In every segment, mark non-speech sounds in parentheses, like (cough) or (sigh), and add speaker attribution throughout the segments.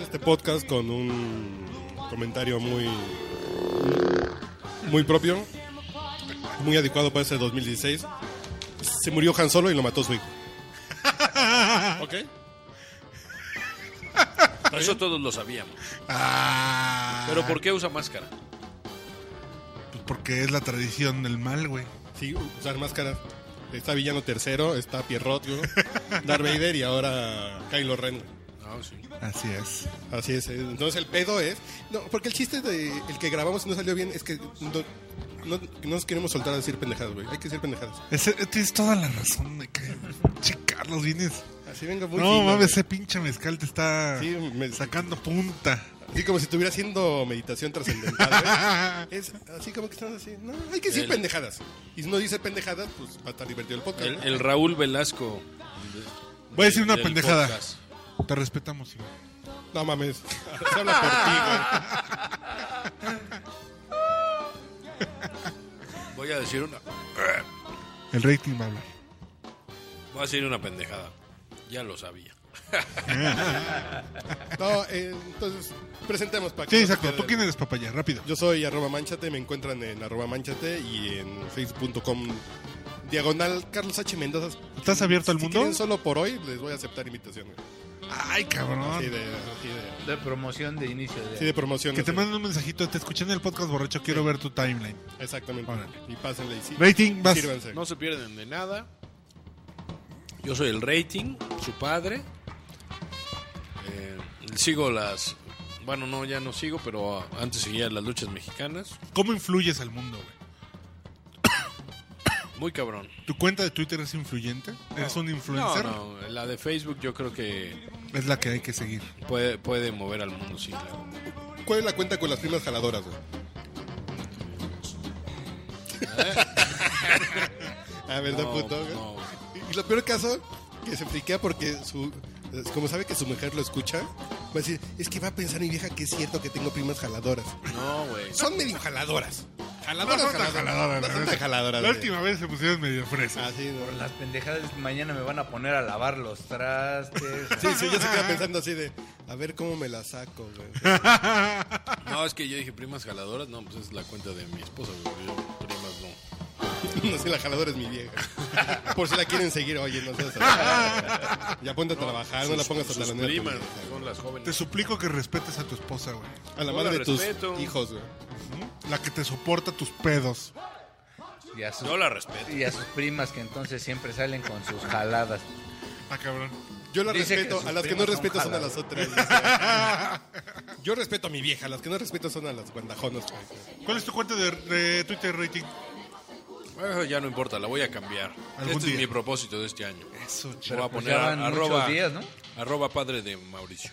Speaker 1: este podcast con un comentario muy, muy propio, muy adecuado para ese 2016. Se murió Han Solo y lo mató su hijo. ¿Ok?
Speaker 2: Eso todos lo sabíamos.
Speaker 3: Ah,
Speaker 2: Pero ¿por qué usa máscara?
Speaker 3: pues porque es la tradición del mal, güey.
Speaker 1: Sí, usar máscaras. Está Villano Tercero, está Pierrot, güey, Darth Vader y ahora Kylo Ren. güey.
Speaker 3: Ah,
Speaker 2: No, sí.
Speaker 3: Así es.
Speaker 1: Así es. eh, Entonces el pedo es. No, porque el chiste de el que grabamos y no salió bien es que no, no- no nos queremos soltar a decir pendejadas, güey. Hay que decir pendejadas.
Speaker 3: Ese- eh, tienes toda la razón de que. Che, Carlos, vienes.
Speaker 1: Así venga muy
Speaker 3: No
Speaker 1: fino,
Speaker 3: mames,
Speaker 1: güey.
Speaker 3: ese pinche mezcal te está
Speaker 1: Sí, me-
Speaker 3: sacando punta.
Speaker 1: Así como si estuviera haciendo meditación trascendental, güey. Es así como que están así. No, hay que decir
Speaker 2: El-
Speaker 1: pendejadas. Y si no dice pendejadas, pues va a estar divertido el podcast.
Speaker 2: El,
Speaker 1: ¿no?
Speaker 2: el Raúl Velasco.
Speaker 3: Voy a decir una
Speaker 2: del
Speaker 3: pendejada.
Speaker 2: podcast.
Speaker 3: Te respetamos, Iván.
Speaker 1: No mames. Se habla por ti, güey.
Speaker 2: Voy a decir una.
Speaker 3: El rating va a hablar.
Speaker 2: Voy a decir una pendejada. Ya lo sabía.
Speaker 3: (laughs)
Speaker 1: No, eh, entonces, presentemos para
Speaker 3: Sí,
Speaker 1: no se
Speaker 3: exacto.
Speaker 1: pierda.
Speaker 3: ¿Tú quién eres, papaya? Rápido.
Speaker 1: Yo soy arroba manchate, me encuentran en arroba manchate y en facebook.com diagonal Carlos H. Mendoza.
Speaker 3: ¿Estás abierto al
Speaker 1: Si
Speaker 3: mundo?
Speaker 1: quieren solo por hoy, les voy a aceptar invitaciones.
Speaker 3: Ay, cabrón.
Speaker 1: Así de, así de,
Speaker 4: De promoción de inicio de.
Speaker 1: así de promoción.
Speaker 3: Que te
Speaker 1: así.
Speaker 3: manden un mensajito. Te escuché en el podcast borracho. Quiero ver tu timeline.
Speaker 1: Exactamente.
Speaker 3: Órale.
Speaker 1: Y pásenle y sí.
Speaker 3: Rating, vas.
Speaker 1: Sírvanse.
Speaker 2: No se pierden de nada. Yo soy el rating, su padre. Eh, sigo las. Bueno, no, ya no sigo, pero ah, antes seguía las luchas mexicanas.
Speaker 3: ¿Cómo influyes al mundo, güey?
Speaker 2: Muy cabrón.
Speaker 3: ¿Tu cuenta de Twitter es influyente? ¿Eres un
Speaker 2: No,
Speaker 3: influencer?
Speaker 2: no, la de Facebook yo creo que
Speaker 3: Es la que hay que seguir.
Speaker 2: puede, puede mover al mundo, sí, claro.
Speaker 1: ¿Cuál es la cuenta con las primas jaladoras, güey?
Speaker 3: ¿Eh?
Speaker 1: (laughs) ah, ¿verdad,
Speaker 2: No,
Speaker 1: puto? güey?
Speaker 2: no.
Speaker 1: Y lo peor caso, que se friquea porque su, como sabe que su mujer lo escucha, va a decir, es que va a pensar mi vieja que es cierto que tengo primas jaladoras.
Speaker 2: No, güey.
Speaker 1: Son medio jaladoras.
Speaker 3: No
Speaker 1: Jaladoras,
Speaker 3: son tan
Speaker 1: jaladoras.
Speaker 3: jaladoras,
Speaker 1: No son
Speaker 3: la
Speaker 1: tan
Speaker 3: verdad.
Speaker 1: jaladoras.
Speaker 3: La
Speaker 1: güey.
Speaker 3: última vez se pusieron medio fresa.
Speaker 1: Ah, sí, no.
Speaker 4: Por las pendejadas, mañana me van a poner a lavar los trastes.
Speaker 1: Sí, sí, yo se
Speaker 3: (laughs)
Speaker 1: queda pensando así de, a ver cómo me la saco, güey.
Speaker 2: No, es que yo dije primas jaladoras. No, pues es la cuenta de mi esposa, güey. Yo, primas no.
Speaker 1: (laughs) No sé, la jaladora es mi vieja.
Speaker 2: (laughs)
Speaker 1: Por si la quieren seguir, oye, no seas así. Ya ponte a trabajar, no Ah, la
Speaker 2: Sus-
Speaker 1: pongas a
Speaker 2: sus
Speaker 1: talonera. tu
Speaker 2: primas
Speaker 1: vieja.
Speaker 2: son las
Speaker 3: Te
Speaker 2: jóvenes.
Speaker 3: suplico que respetes a tu esposa, güey.
Speaker 1: A la
Speaker 2: Yo
Speaker 1: madre
Speaker 2: la
Speaker 1: de tus
Speaker 2: respeto.
Speaker 1: hijos, güey.
Speaker 3: La que te soporta tus pedos.
Speaker 4: Y a, sus,
Speaker 2: Yo la respeto.
Speaker 4: y a sus primas que entonces siempre salen con sus jaladas.
Speaker 3: Ah, cabrón.
Speaker 1: Yo la
Speaker 4: Dice que
Speaker 1: respeto,
Speaker 4: sus
Speaker 1: a las que no
Speaker 4: primas son
Speaker 1: respeto son a las otras. o sea.
Speaker 2: (laughs)
Speaker 1: yo respeto a mi vieja, a las que no respeto son a las guandajonas. güey.
Speaker 3: ¿Cuál es tu cuenta de, de Twitter rating?
Speaker 2: Bueno, ya no importa, la voy a cambiar.
Speaker 3: Algún
Speaker 2: este
Speaker 3: día.
Speaker 2: es mi propósito de este año.
Speaker 3: Eso,
Speaker 2: Voy a
Speaker 4: Pues
Speaker 2: poner
Speaker 4: ya van
Speaker 2: a-
Speaker 4: muchos
Speaker 2: arroba,
Speaker 4: días, ¿no?
Speaker 2: arroba padre de Mauricio.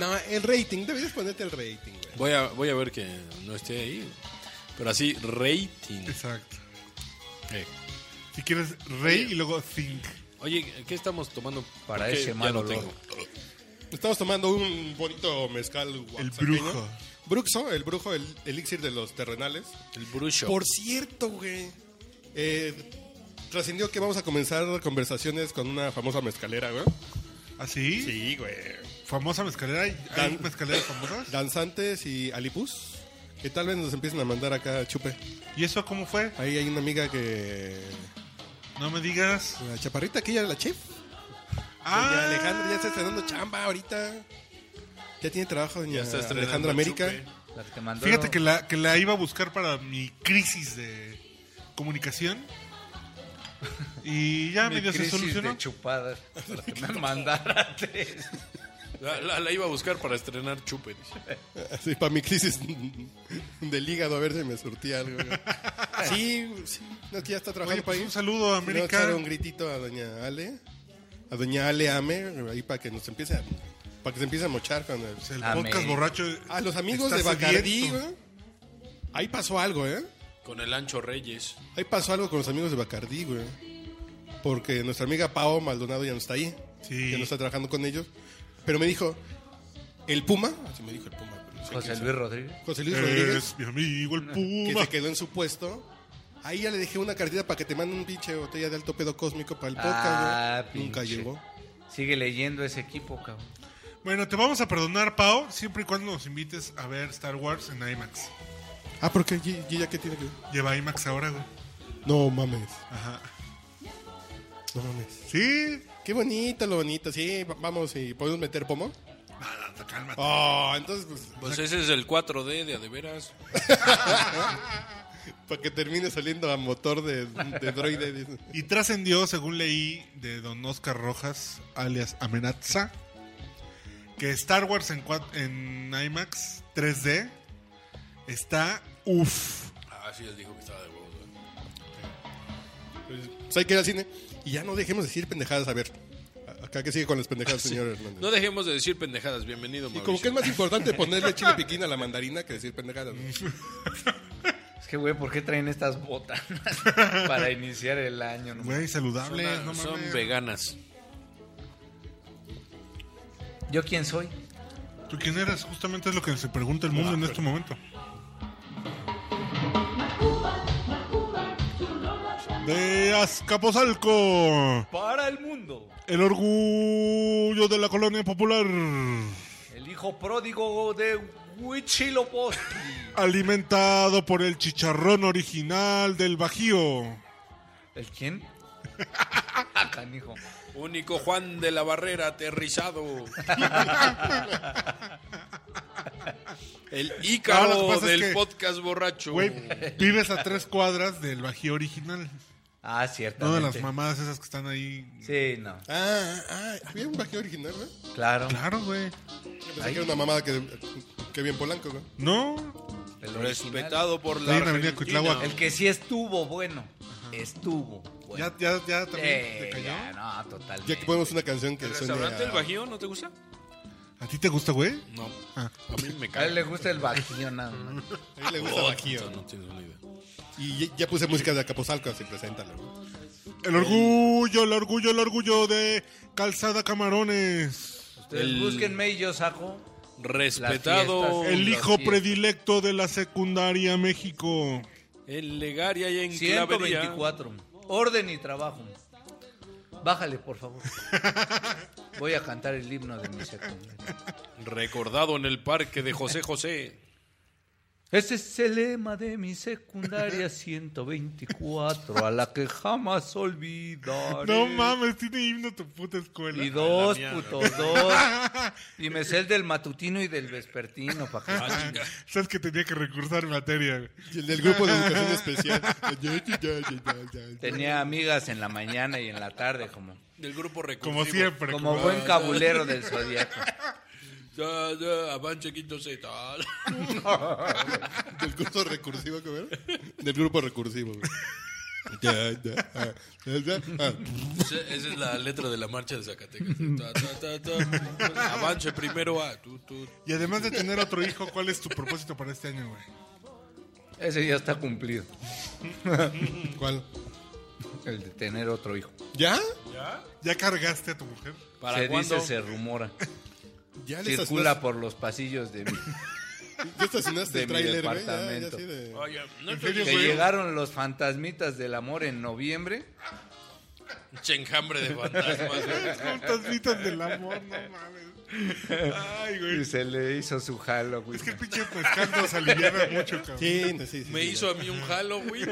Speaker 1: No, el rating, deberías ponerte el rating, güey.
Speaker 2: Voy a, voy a ver que no esté ahí. Pero así, rating.
Speaker 3: Exacto.
Speaker 2: Eh.
Speaker 3: Si quieres rey y luego think.
Speaker 2: Oye, ¿qué estamos tomando?
Speaker 4: Para
Speaker 2: Porque
Speaker 4: ese
Speaker 2: ya
Speaker 4: mal
Speaker 2: no
Speaker 4: olor.
Speaker 2: tengo.
Speaker 1: Estamos tomando un bonito mezcal oaxaqueño.
Speaker 3: brujo.
Speaker 1: Bruxo, el brujo, el elixir de los terrenales.
Speaker 2: El brujo.
Speaker 1: Por cierto, güey. eh, trascendió que vamos a comenzar conversaciones con una famosa mezcalera, güey.
Speaker 3: ¿Ah, sí?
Speaker 1: Sí, güey.
Speaker 3: ¿Famosa mezcalera? ¿Hay hay
Speaker 1: Dan-
Speaker 3: mezcaleras famosas?
Speaker 1: Danzantes y alipus. Que tal vez nos empiecen a mandar acá chupe.
Speaker 3: ¿Y eso cómo fue?
Speaker 1: Ahí hay una amiga que.
Speaker 3: No me digas. Ah.
Speaker 1: La chaparrita, que ella era la chef.
Speaker 2: Ah.
Speaker 1: Doña Alejandra ya está estrenando chamba ahorita. Ya tiene trabajo, doña
Speaker 2: Ya está estrenando
Speaker 1: Alejandra
Speaker 2: el
Speaker 1: América.
Speaker 2: chupe.
Speaker 4: Las que mandó.
Speaker 3: Fíjate que la, que la iba a buscar para mi crisis de
Speaker 4: (laughs)
Speaker 3: comunicación. Y ya
Speaker 4: mi
Speaker 3: medio se
Speaker 4: crisis
Speaker 3: solucionó.
Speaker 4: de chupadas. Las que me mandaron tres.
Speaker 2: La, la- la iba a buscar para estrenar Chupe. dice.
Speaker 1: Sí, para mi crisis (laughs) del hígado, a ver si me surtía algo.
Speaker 3: (laughs)
Speaker 1: güey. Sí, sí. No, es que ya está trabajando
Speaker 3: Oye, pues,
Speaker 1: para ahí.
Speaker 3: un saludo a
Speaker 1: Si no,
Speaker 3: América.
Speaker 1: echar un gritito a doña Ale. A doña Ale Ame, ahí para que nos empiece a, para que se empiece a mochar con el...
Speaker 3: Pues el
Speaker 4: Amén.
Speaker 3: podcast borracho.
Speaker 1: A los amigos
Speaker 3: está
Speaker 1: de Bacardí,
Speaker 3: sediento.
Speaker 1: güey. Ahí pasó algo, ¿eh?
Speaker 2: Con el Ancho Reyes.
Speaker 1: Ahí pasó algo con los amigos de Bacardí, güey. Porque nuestra amiga Pao Maldonado ya no está ahí.
Speaker 3: Sí.
Speaker 1: Ya no está trabajando con ellos. Pero me dijo, el Puma, así me dijo el Puma. no sé
Speaker 4: José
Speaker 1: quién
Speaker 4: Luis Rodríguez.
Speaker 1: sea. José Luis Rodríguez.
Speaker 3: Es mi amigo el
Speaker 1: que
Speaker 3: Puma.
Speaker 1: se quedó en su puesto. Ahí ya le dejé una cartita para que te mande un pinche botella de alto pedo cósmico para el podcast.
Speaker 4: Ah,
Speaker 1: güey. Nunca
Speaker 4: pinche.
Speaker 1: llegó.
Speaker 4: Sigue leyendo ese equipo, cabrón.
Speaker 3: Bueno, te vamos a perdonar, Pau, siempre y cuando nos invites a ver Star Wars en IMAX.
Speaker 1: Ah, ¿por qué? ¿Y- y ya qué tiene que ver?
Speaker 3: Lleva IMAX ahora, güey.
Speaker 1: No mames, Ah,
Speaker 3: Ajá.
Speaker 1: no mames.
Speaker 3: Sí.
Speaker 1: Qué bonito, lo bonito. Sí, va- vamos, y podemos meter pomo.
Speaker 3: Nada, no, cálmate.
Speaker 1: Oh, entonces, pues,
Speaker 2: Pues ese es el 4D de a de veras.
Speaker 1: para que termine saliendo a motor de, de droide. dice.
Speaker 3: Y trascendió, según leí, de don Oscar Rojas, alias Amenaza, que Star Wars en, cuat- en IMAX 3D está uff.
Speaker 2: Ah, sí, él dijo que estaba de huevos. güey.
Speaker 1: Pues hay que ir al cine. Y ya no dejemos de decir pendejadas. A ver, a- acá que sigue con las pendejadas, señor Hernández.
Speaker 2: No dejemos de decir pendejadas. Bienvenido,
Speaker 1: y como que
Speaker 2: Mauricio.
Speaker 1: es más importante ponerle chile piquín a la mandarina que decir pendejadas. ¿no?
Speaker 4: Es que, güey, ¿por qué traen estas botas para iniciar el año? no?
Speaker 3: Güey,
Speaker 2: Son,
Speaker 3: saludable, no
Speaker 2: son
Speaker 3: mames.
Speaker 2: veganas.
Speaker 4: ¿Yo quién soy?
Speaker 3: ¿Tú quién eres? Justamente es lo que se pregunta el mundo en este momento. De Azcapotzalco,
Speaker 4: Para el mundo.
Speaker 3: el orgullo de la colonia popular,
Speaker 4: El hijo pródigo de Huichilopochtli.
Speaker 3: alimentado por el chicharrón original del Bajío.
Speaker 4: ¿El quién? Ah, canijo.
Speaker 2: Único Juan de la Barrera aterrizado. el
Speaker 3: No, lo que
Speaker 2: Ícaro
Speaker 3: pasa
Speaker 2: del
Speaker 3: es que-
Speaker 2: podcast borracho.
Speaker 3: Güey, vives a tres cuadras del Bajío original.
Speaker 4: Ah,
Speaker 3: No
Speaker 4: ciertamente.
Speaker 3: de las mamadas esas que están ahí.
Speaker 4: Sí, no.
Speaker 1: Ah, ah, había un bajío original, ¿no?
Speaker 4: Claro.
Speaker 3: Claro, güey.
Speaker 1: Yo pensé que era una mamada que, que bien polanco, ¿no?
Speaker 3: No,
Speaker 4: El original.
Speaker 2: Respetado por la
Speaker 3: Ahí en Avenida Cuitláhuac.
Speaker 4: El que sí estuvo bueno. Estuvo. Bueno.
Speaker 3: ya, ya, ya también te
Speaker 4: Eh,
Speaker 3: cayó.
Speaker 4: ya, no, totalmente.
Speaker 1: Ya que ponemos una canción que
Speaker 2: ¿El
Speaker 1: suene
Speaker 2: restaurante
Speaker 1: a-
Speaker 2: del Bajío no te gusta?
Speaker 3: ¿A ti te gusta, güey?
Speaker 2: No.
Speaker 3: Ah.
Speaker 2: A mí me
Speaker 4: A él le
Speaker 2: cae.
Speaker 4: gusta el bajío nada más.
Speaker 1: A él le gusta bajío.
Speaker 2: No tienes una idea.
Speaker 1: Y ya, ya puse música de Acapozalco, así preséntalo. ¿no?
Speaker 3: El orgullo, el orgullo, el orgullo de Calzada Camarones.
Speaker 4: Ustedes
Speaker 2: El-
Speaker 4: búsquenme y yo saco.
Speaker 2: Respetado.
Speaker 4: Las
Speaker 3: El
Speaker 4: Lo
Speaker 3: hijo
Speaker 4: siento.
Speaker 3: predilecto de la secundaria México.
Speaker 2: En Legaria y en Clavería.
Speaker 4: 124. Orden y trabajo. Bájale, por favor. Voy a cantar el himno de mi secundaria.
Speaker 2: Recordado en el parque de José
Speaker 3: (laughs)
Speaker 2: José.
Speaker 4: Ese Este es el lema de mi secundaria 124, a la que jamás olvidaré.
Speaker 3: No mames, tiene himno tu puta escuela.
Speaker 4: Y dos, putos, dos. Y me sé el del matutino y del vespertino, pa' que-
Speaker 2: Ah,
Speaker 3: Sabes que tenía que recursar materia. güey.
Speaker 1: Y el del grupo de (laughs) educación especial. Ya, ya, ya, ya, ya, ya.
Speaker 4: Tenía amigas en la mañana y en la tarde, como,
Speaker 2: Del grupo recursivo.
Speaker 3: Como siempre.
Speaker 4: como
Speaker 3: como-
Speaker 4: buen cabulero del zodiaco.
Speaker 2: Ya, ya, avance, quinto Z.
Speaker 1: Del curso recursivo, ¿cómo era? Del grupo recursivo. güey. Ya, ya, ah, ya, ya, ah.
Speaker 2: Esa esa es la letra de la marcha de Zacatecas. (laughs) Ta, ta, ta, ta. Avance primero a. tu, tu.
Speaker 3: Y además de tener otro hijo, ¿cuál es tu propósito para este año, güey?
Speaker 4: Ese ya está cumplido,
Speaker 1: ¿Cuál?
Speaker 4: el de tener otro hijo.
Speaker 1: ¿Ya?
Speaker 3: ¿Ya cargaste a tu mujer?
Speaker 2: ¿Para
Speaker 4: se
Speaker 2: cuándo?
Speaker 4: dice, se rumora.
Speaker 1: Ya le
Speaker 4: Circula
Speaker 1: estacionaste-
Speaker 4: por los pasillos de mi-
Speaker 1: ya estacionaste
Speaker 4: de
Speaker 1: el
Speaker 4: mi
Speaker 1: trailer, güey. Ya, ya
Speaker 4: departamento.
Speaker 1: así de...
Speaker 2: Oye, no te
Speaker 3: serio,
Speaker 4: Que
Speaker 3: güey?
Speaker 2: dije
Speaker 4: llegaron los fantasmitas del amor en noviembre.
Speaker 2: che enjambre de fantasmas. ¿eh? güey.
Speaker 3: Fantasmitas del amor, no mames. Ay,
Speaker 4: Y
Speaker 3: güey.
Speaker 4: se le hizo su Halloween.
Speaker 3: Es que el pinche pescado se aliviana mucho, cabrón.
Speaker 1: Sí, no, sí, sí.
Speaker 2: Me
Speaker 1: sí,
Speaker 2: hizo a mí un Halloween.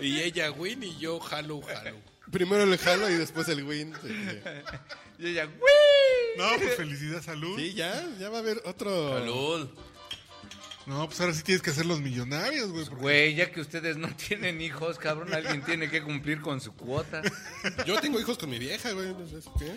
Speaker 2: Y ella win y yo Halloween Halloween.
Speaker 1: ya. Primero el jalo y después el win. sí, sí.
Speaker 4: Y ella, "Güey".
Speaker 3: No, pues felicidad, salud.
Speaker 1: Sí, ya, ya va a haber otro...
Speaker 2: Salud.
Speaker 3: No, pues ahora sí tienes que ser los millonarios, güey. porque-
Speaker 4: Güey, ya que ustedes no (laughs) tienen hijos, cabrón, alguien tiene que cumplir con su cuota.
Speaker 1: Yo tengo hijos con mi vieja, güey. No sé, ¿qué?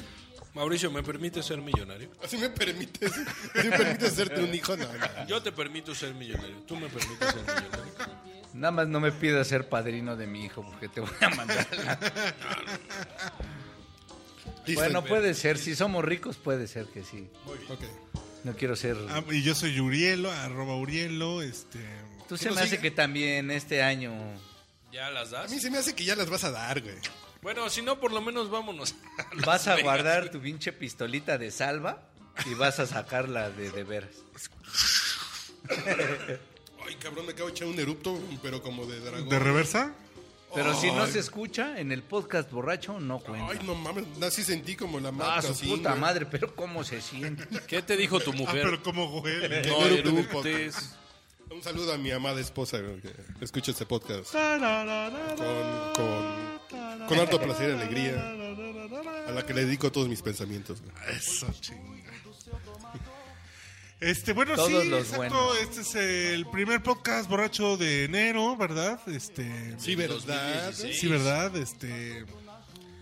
Speaker 2: Mauricio, ¿me permite ser millonario?
Speaker 1: Así me permites, así me permites hacerte un hijo, no, no.
Speaker 2: Yo te permito ser millonario. Tú me permites ser millonario.
Speaker 4: Nada más no me pidas ser padrino de mi hijo porque te voy a mandar.
Speaker 1: (laughs) Listo.
Speaker 4: Bueno, pues, puede ser, si somos ricos puede ser que sí.
Speaker 1: Ok.
Speaker 4: No quiero ser...
Speaker 3: Ah, y yo soy Urielo, arroba Urielo, este...
Speaker 4: Tú se me hace que también
Speaker 1: (laughs)
Speaker 4: este año...
Speaker 2: ¿Ya las
Speaker 1: A
Speaker 2: das?
Speaker 1: mí se me hace que ya las vas a dar, güey.
Speaker 2: Bueno, si no, por lo menos vámonos. Las
Speaker 4: Vas a
Speaker 2: Vegas.
Speaker 4: guardar tu pinche pistolita de salva y vas a sacarla de de veras.
Speaker 1: Ay, cabrón, me acabo de echar un erupto, pero como de dragón.
Speaker 3: ¿De reversa?
Speaker 4: Pero si no se escucha en el podcast borracho, no cuenta.
Speaker 1: Ay, no mames, así sentí como la marca.
Speaker 4: ah, su
Speaker 1: así,
Speaker 4: puta
Speaker 1: güey.
Speaker 4: madre, pero cómo se
Speaker 1: (laughs)
Speaker 4: siente.
Speaker 2: (laughs) ¿Qué te dijo tu
Speaker 3: Ah,
Speaker 2: mujer?
Speaker 3: pero cómo huele.
Speaker 2: No
Speaker 1: Pero- pero-
Speaker 2: eructes.
Speaker 1: Un saludo a mi amada esposa, güey, que escucha este podcast con, con, con harto placer y alegría, a la que le dedico todos mis pensamientos.
Speaker 4: Ah,
Speaker 1: güey.
Speaker 3: Eso, chinga. Este, bueno,
Speaker 4: Todos
Speaker 3: sí,
Speaker 4: los
Speaker 3: exacto.
Speaker 4: buenos.
Speaker 3: Este es el primer podcast borracho de enero, ¿verdad? Este.
Speaker 1: Sí, ¿verdad?
Speaker 2: 2016.
Speaker 3: sí, ¿verdad? Este.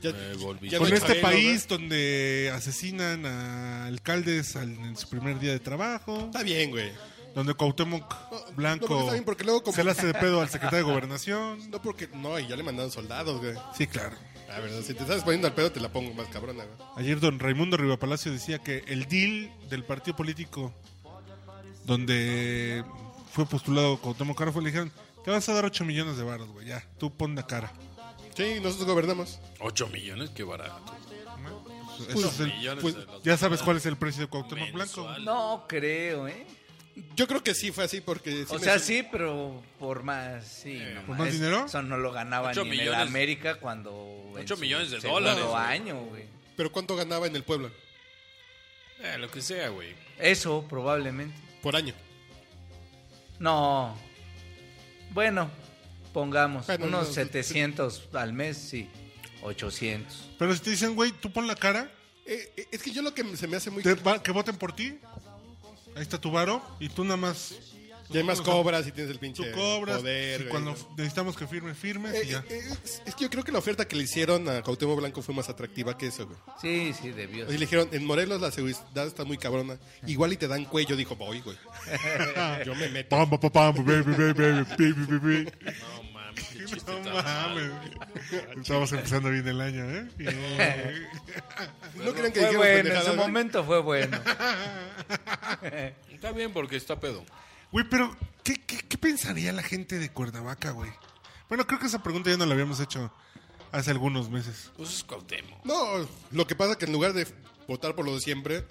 Speaker 1: Ya,
Speaker 2: Me volví.
Speaker 1: ya
Speaker 3: Con
Speaker 1: no
Speaker 3: este
Speaker 1: chabelo,
Speaker 3: país
Speaker 1: ¿verdad?
Speaker 3: donde asesinan a alcaldes al- en su primer día de trabajo,
Speaker 1: Está bien, güey.
Speaker 3: donde Cuauhtémoc
Speaker 1: no, porque
Speaker 3: Blanco
Speaker 1: está bien, porque luego como-
Speaker 3: se le hace de pedo al secretario de Gobernación.
Speaker 1: No porque... No, y ya le mandaron soldados, güey.
Speaker 3: Sí, claro.
Speaker 1: La verdad, si te estás poniendo al pedo, te la pongo más cabrona, güey.
Speaker 3: Ayer don Raimundo Rivapalacio decía que el deal del partido político donde fue postulado Cuauhtémoc Cárdenas le dijeron, te vas a dar 8 millones de baros, güey, ya, tú pon la cara.
Speaker 1: Sí, nosotros gobernamos.
Speaker 2: 8 millones, qué barato.
Speaker 3: ¿no? Pues, ese
Speaker 1: Pues,
Speaker 3: es el-
Speaker 2: millones
Speaker 1: pues,
Speaker 2: de los-
Speaker 3: ya sabes cuál es el precio de Cuauhtémoc Blanco.
Speaker 2: mensual.
Speaker 4: No creo, ¿eh?
Speaker 1: Yo creo que sí fue así porque... sí
Speaker 4: O
Speaker 1: me
Speaker 4: sea,
Speaker 1: su-
Speaker 4: sí, pero por más, sí. no
Speaker 3: ¿Por
Speaker 4: más.
Speaker 3: más dinero?
Speaker 4: Eso no lo ganaba
Speaker 2: Ocho
Speaker 4: ni en
Speaker 2: millones.
Speaker 4: el América cuando... en
Speaker 2: Ocho
Speaker 4: su
Speaker 2: millones de
Speaker 4: segundo
Speaker 2: dólares, güey.
Speaker 4: año, güey.
Speaker 1: Pero ¿cuánto ganaba en el pueblo?
Speaker 2: Eh, lo que sea, güey.
Speaker 4: Eso, probablemente.
Speaker 1: Por año.
Speaker 4: No. Bueno, pongamos
Speaker 1: Bueno,
Speaker 4: unos
Speaker 1: no,
Speaker 4: 700 al mes, sí. 800.
Speaker 3: Pero si te dicen, güey, tú pon la cara,
Speaker 1: Eh, eh, es que yo lo que se me hace muy...
Speaker 3: te va- que voten por ti, ahí está tu varo, y tú nada más...
Speaker 1: Y además cobras y tienes el
Speaker 3: Tú
Speaker 1: pinche
Speaker 3: cobras,
Speaker 1: poder,
Speaker 3: si
Speaker 1: güey.
Speaker 3: cuando necesitamos que firme, firmes
Speaker 1: Eh,
Speaker 3: y ya.
Speaker 1: eh, es, es que yo creo que la oferta que le hicieron a Cautemo Blanco fue más atractiva que eso, güey.
Speaker 4: Sí, sí, debió
Speaker 1: Así
Speaker 4: ser.
Speaker 1: le dijeron, en Morelos la seguridad está muy cabrona. Igual y te dan cuello, dijo, voy,
Speaker 3: (laughs)
Speaker 1: güey. Yo me meto.
Speaker 3: Pam, pam, pam, pam, baby, baby, baby, baby, baby.
Speaker 2: No (laughs) mames, qué chiste
Speaker 3: No
Speaker 2: tan
Speaker 3: mames.
Speaker 2: malo. Ah,
Speaker 3: Estamos empezando bien el año, ¿eh? Bien.
Speaker 2: (laughs)
Speaker 1: No querían que
Speaker 4: Fue
Speaker 1: dijéramos
Speaker 4: bueno, en
Speaker 1: pendejadas,
Speaker 4: su
Speaker 1: güey.
Speaker 4: momento fue bueno.
Speaker 2: Está bien porque está pedo.
Speaker 3: Güey, pero ¿qué, qué, qué pensaría la gente de Cuernavaca, güey? Bueno, creo que esa pregunta ya no la habíamos hecho hace algunos meses.
Speaker 2: Pues es Cuauhtémoc.
Speaker 1: No, lo que pasa que en lugar de votar por los de siempre,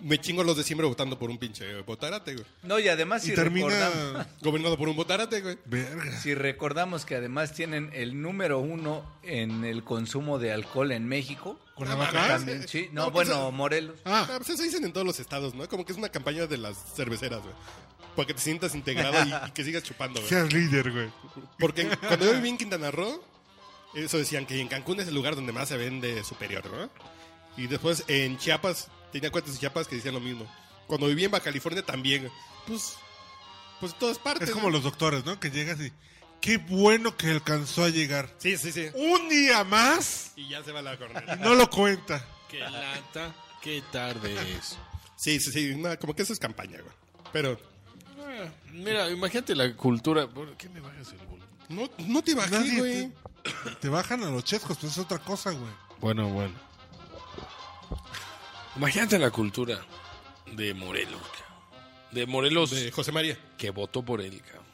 Speaker 1: me chingo los de siempre votando por un pinche botarate,
Speaker 3: (laughs)
Speaker 1: güey.
Speaker 4: No, y además
Speaker 3: Y
Speaker 4: si recordamos...
Speaker 3: termina...
Speaker 1: Gobernado por un botarate, güey.
Speaker 3: Verga.
Speaker 4: Si recordamos que además tienen el número uno en el consumo de alcohol en México.
Speaker 3: ¿Cuernavaca?
Speaker 4: También, sí.
Speaker 1: No,
Speaker 4: No,
Speaker 1: pues,
Speaker 4: bueno,
Speaker 1: eh,
Speaker 4: Morelos.
Speaker 1: Ah,
Speaker 3: Ah,
Speaker 1: pues eso dicen en todos los estados, ¿no? Como que es una campaña de las cerveceras, güey. Para que te sientas integrado y, y que sigas chupando,
Speaker 3: (laughs)
Speaker 1: güey.
Speaker 3: seas líder, güey.
Speaker 1: Porque en- cuando yo viví en Quintana Roo, eso decían que en Cancún es el lugar donde más se vende superior, ¿no? Y después en Chiapas, tenía cuentas en Chiapas que decían lo mismo. Cuando viví en Baja California también, pues, pues en todas partes.
Speaker 3: Es como los doctores, ¿no? Que llegas y... Qué bueno que alcanzó a llegar.
Speaker 1: Sí, sí, sí.
Speaker 3: Un día más
Speaker 1: Y ya se va la corneta.
Speaker 3: no lo cuenta.
Speaker 2: Qué lata, qué tarde es.
Speaker 1: (laughs) Sí, sí, sí. no, como que eso es campaña, güey. Pero
Speaker 2: Eh, Mira, imagínate la cultura. ¿Por qué me bajas el volumen?
Speaker 1: no, no te bajé,
Speaker 3: Nadie
Speaker 1: güey.
Speaker 3: te, te bajan a los chescos, pues es otra cosa, güey.
Speaker 2: Bueno, bueno. Imagínate la cultura de Morelos, cabrón. De Morelos
Speaker 1: De Eh, José María.
Speaker 2: que votó por él, cabrón.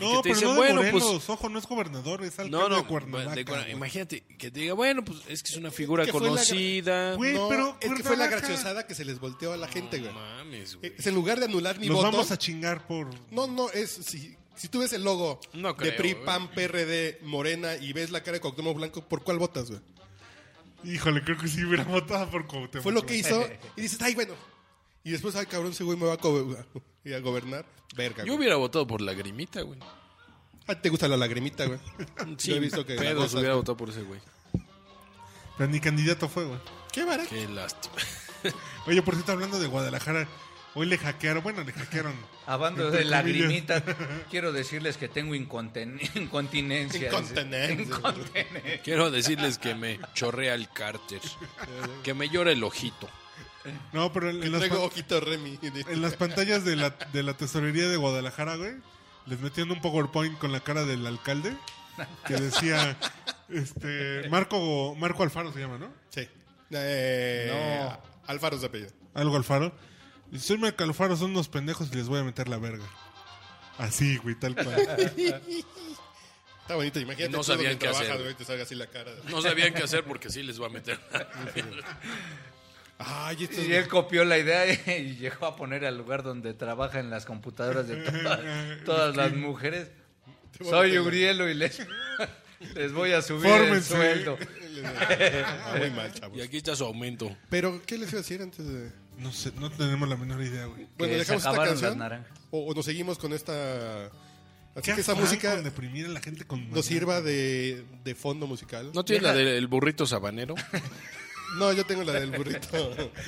Speaker 3: No,
Speaker 2: que te
Speaker 3: pero
Speaker 2: dicen,
Speaker 3: no de
Speaker 2: bueno,
Speaker 3: Morelos,
Speaker 2: pues-
Speaker 3: ojo, no es gobernador, es alcalde
Speaker 2: No, no,
Speaker 3: de Cuernavaca.
Speaker 2: de Cuerna-
Speaker 3: güey.
Speaker 2: imagínate que te diga, bueno, pues es que es una figura
Speaker 1: que fue la gra-
Speaker 2: conocida.
Speaker 3: Güey,
Speaker 1: no,
Speaker 3: Eh, pero
Speaker 1: es que fue la
Speaker 3: Cuernavaca.
Speaker 1: graciosada que se les volteó a la gente, güey.
Speaker 2: No mames, güey.
Speaker 1: Es en lugar de anular mi
Speaker 3: Nos
Speaker 1: voto.
Speaker 3: vamos a chingar por...
Speaker 1: No, no, es si, si tú ves el logo
Speaker 2: No
Speaker 1: de
Speaker 2: creo,
Speaker 1: PRI,
Speaker 2: güey.
Speaker 1: PAN, PRD, Morena y ves la cara de Cuauhtémoc Blanco, ¿por cuál votas, güey?
Speaker 3: Híjole, creo que sí hubiera (laughs) votado por Cuauhtémoc.
Speaker 1: Fue lo que hizo y dices, ay, bueno. Y después, ay, cabrón, ese güey me va a, co- (laughs) y a gobernar. Verga,
Speaker 2: Yo
Speaker 1: güey.
Speaker 2: hubiera votado por Lagrimita, güey.
Speaker 1: Ah, ¿Te gusta la lagrimita, güey?
Speaker 2: Sí,
Speaker 1: he visto que la
Speaker 2: pedos
Speaker 1: gozas.
Speaker 2: hubiera votado por ese güey.
Speaker 3: Pero ni candidato fue, güey.
Speaker 1: Qué barato.
Speaker 2: Qué lástima. (laughs)
Speaker 3: Oye, por cierto, hablando de Guadalajara, hoy le hackearon, bueno, le hackearon.
Speaker 4: Hablando
Speaker 3: Entre
Speaker 4: de
Speaker 3: comillas.
Speaker 4: lagrimita, quiero decirles que tengo inconten- incontinencia.
Speaker 1: Incontinencia.
Speaker 4: Incontinencia.
Speaker 2: Quiero decirles que me chorrea el cárter. Que me llora el ojito.
Speaker 3: No, pero en, en las,
Speaker 1: Traigo
Speaker 3: pan-
Speaker 1: ojito Remy. (laughs)
Speaker 3: en las pantallas de la, de la tesorería de Guadalajara, güey, les metieron un PowerPoint con la cara del alcalde que decía, este, Marco, Marco Alfaro se llama, ¿no?
Speaker 1: Sí. Eh, Alfaro se apellido.
Speaker 3: Algo Alfaro. Y soy Marco Alfaro, son unos pendejos y les voy a meter la verga. Así, güey, tal cual.
Speaker 1: Está bonito, imagínate.
Speaker 2: No
Speaker 1: tú
Speaker 2: sabían
Speaker 1: donde
Speaker 2: qué hacer,
Speaker 1: trabajas, güey,
Speaker 2: güey.
Speaker 1: te salga así la cara.
Speaker 2: No sabían qué hacer porque sí les va a meter. (laughs)
Speaker 1: Ay, esto
Speaker 4: Y él copió la idea (laughs) y llegó a poner al lugar donde trabaja en las computadoras de todas, todas las mujeres. Soy Urielo y les, (laughs) Les voy a subir el
Speaker 3: Fórmense.
Speaker 4: sueldo.
Speaker 1: (laughs) Ah, muy mal, chavos.
Speaker 2: (laughs) Y aquí está su aumento.
Speaker 1: Pero, ¿qué les iba a decir antes de...?
Speaker 3: No sé, no tenemos la menor idea, güey.
Speaker 1: Bueno,
Speaker 4: se
Speaker 1: dejamos esta
Speaker 4: acabaron
Speaker 1: canción.
Speaker 4: las naranjas.
Speaker 1: O, o nos seguimos con esta... Así
Speaker 3: ¿Qué
Speaker 1: que esa
Speaker 3: afán
Speaker 1: música
Speaker 3: con deprimir a la gente con
Speaker 1: nos sirva de, de fondo musical.
Speaker 2: ¿No tiene la del burrito
Speaker 1: (laughs)
Speaker 2: sabanero?
Speaker 1: No, yo tengo la del (laughs) burrito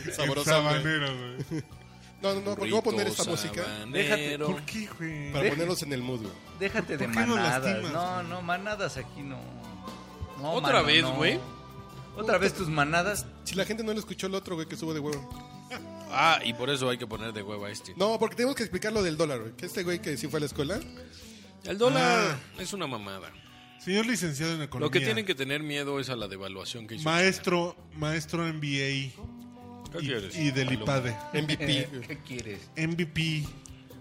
Speaker 3: El
Speaker 1: sabrosa. güey.
Speaker 3: sabanero, güey.
Speaker 1: No, no, no, porque voy a poner esta música
Speaker 4: Déjate.
Speaker 3: ¿Por qué, güey?
Speaker 1: para ponerlos en el mood, güey.
Speaker 4: Déjate de
Speaker 3: ¿Por qué lo
Speaker 4: manadas.
Speaker 3: lastimas,
Speaker 4: No,
Speaker 3: güey?
Speaker 4: no, manadas aquí no. No,
Speaker 2: ¿Otra vez, güey?
Speaker 4: ¿Otra vez tus manadas?
Speaker 1: Si la gente no lo escuchó el otro, güey, que subo de huevo.
Speaker 2: Ah, y por eso hay que poner de hueva este.
Speaker 1: No, porque tenemos que explicar lo del dólar, güey. Que este güey que sí fue a la escuela.
Speaker 2: El dólar
Speaker 1: Ah.
Speaker 2: es una mamada.
Speaker 3: Señor licenciado en economía.
Speaker 2: Lo que tienen que tener miedo es a la devaluación que hizo.
Speaker 3: Maestro, maestro MBA
Speaker 2: ¿Qué
Speaker 3: y,
Speaker 2: quieres?
Speaker 3: y del IPADE.
Speaker 1: MVP.
Speaker 4: Eh,
Speaker 1: güey.
Speaker 4: ¿Qué quieres?
Speaker 3: MVP.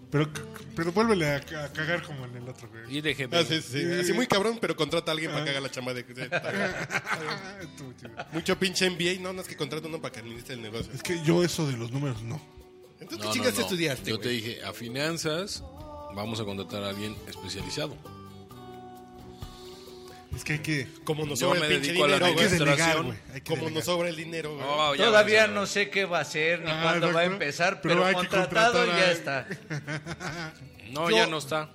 Speaker 3: Pero, c- pero vuélvele a, ca- a cagar como en el otro, güey.
Speaker 2: Y de GB.
Speaker 1: Ah, sí, sí,
Speaker 3: eh,
Speaker 1: sí. Así muy cabrón, pero contrata a alguien para que haga la chamba de.
Speaker 3: Ah, estuvo chido.
Speaker 1: Mucho pinche MBA. No, no es que contrata uno para que administre el negocio.
Speaker 3: Es que yo eso de los números no.
Speaker 1: Entonces,
Speaker 2: No,
Speaker 1: ¿qué
Speaker 2: no,
Speaker 1: chingas
Speaker 2: no.
Speaker 1: estudiaste?
Speaker 2: Yo
Speaker 1: güey?
Speaker 2: te dije, a finanzas vamos a contratar a alguien especializado.
Speaker 3: Es que hay que,
Speaker 1: Como nos
Speaker 2: Yo
Speaker 1: sobra
Speaker 2: me
Speaker 1: el pinche
Speaker 2: dedico a la
Speaker 1: dinero,
Speaker 3: hay que
Speaker 1: güey.
Speaker 3: delegar,
Speaker 2: Administración,
Speaker 3: güey. Hay que
Speaker 1: Como
Speaker 3: delegar.
Speaker 1: nos sobra el dinero, güey.
Speaker 2: Oh, ya
Speaker 4: Todavía
Speaker 2: ves,
Speaker 4: no sé qué va a hacer ni
Speaker 3: Ah,
Speaker 4: cuándo va a
Speaker 3: exacto.
Speaker 4: empezar,
Speaker 3: Pero
Speaker 4: pero,
Speaker 3: hay que
Speaker 4: contratado
Speaker 3: contratar a- este,
Speaker 4: ya está.
Speaker 2: No,
Speaker 1: Yo-
Speaker 2: ya no está.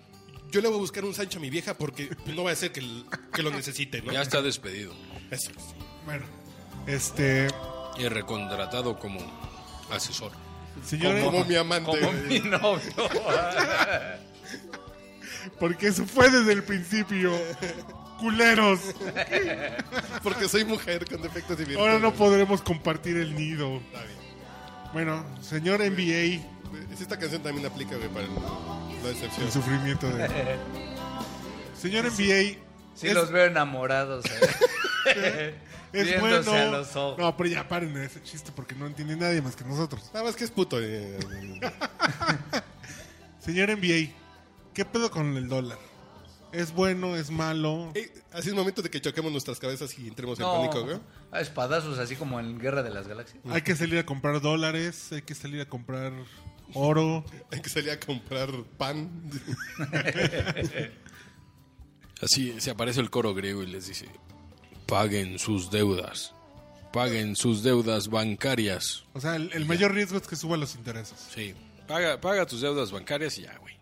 Speaker 1: Yo le voy a buscar un Sancho a mi vieja porque no va a ser que, el- que lo necesite, ¿no?
Speaker 2: Ya está despedido.
Speaker 1: Eso.
Speaker 3: Bueno, este.
Speaker 2: Y recontratado como asesor.
Speaker 3: Señores,
Speaker 1: Como mi amante.
Speaker 4: Como
Speaker 1: güey.
Speaker 3: (laughs)
Speaker 4: mi novio.
Speaker 3: porque eso fue desde el principio.
Speaker 1: (laughs)
Speaker 3: Culeros.
Speaker 1: Porque soy mujer con defectos y virtudes.
Speaker 3: Ahora no podremos compartir el nido.
Speaker 1: Está bien.
Speaker 3: Bueno, señor MBA,
Speaker 1: Es Esta canción también aplica, güey, para el- la decepción.
Speaker 3: el sufrimiento
Speaker 4: (laughs)
Speaker 3: de. Señor MBA.
Speaker 4: Sí
Speaker 3: es-
Speaker 4: los veo enamorados.
Speaker 3: (laughs)
Speaker 4: eh.
Speaker 3: Es
Speaker 4: Viéndose
Speaker 3: bueno.
Speaker 4: a los ojos.
Speaker 3: No, pero ya paren de ese chiste porque no entiende nadie más que nosotros.
Speaker 1: Nada más que es puto. eh, eh, eh.
Speaker 3: Señor NBA, ¿qué pedo con el dólar? ¿Es bueno? ¿Es malo?
Speaker 1: Eh, Así es momento de que choquemos nuestras cabezas y entremos en
Speaker 4: No.
Speaker 1: pánico, güey.
Speaker 4: A espadazos, así como en Guerra de las Galaxias.
Speaker 3: Hay que salir a comprar dólares, hay que salir a comprar oro.
Speaker 1: Hay que salir a comprar pan. (laughs)
Speaker 2: Así se aparece el coro griego y les dice, paguen sus deudas. Paguen sus deudas bancarias.
Speaker 3: O sea, el, el mayor riesgo es que suba los intereses.
Speaker 2: Sí. Paga, paga tus deudas bancarias y ya, güey.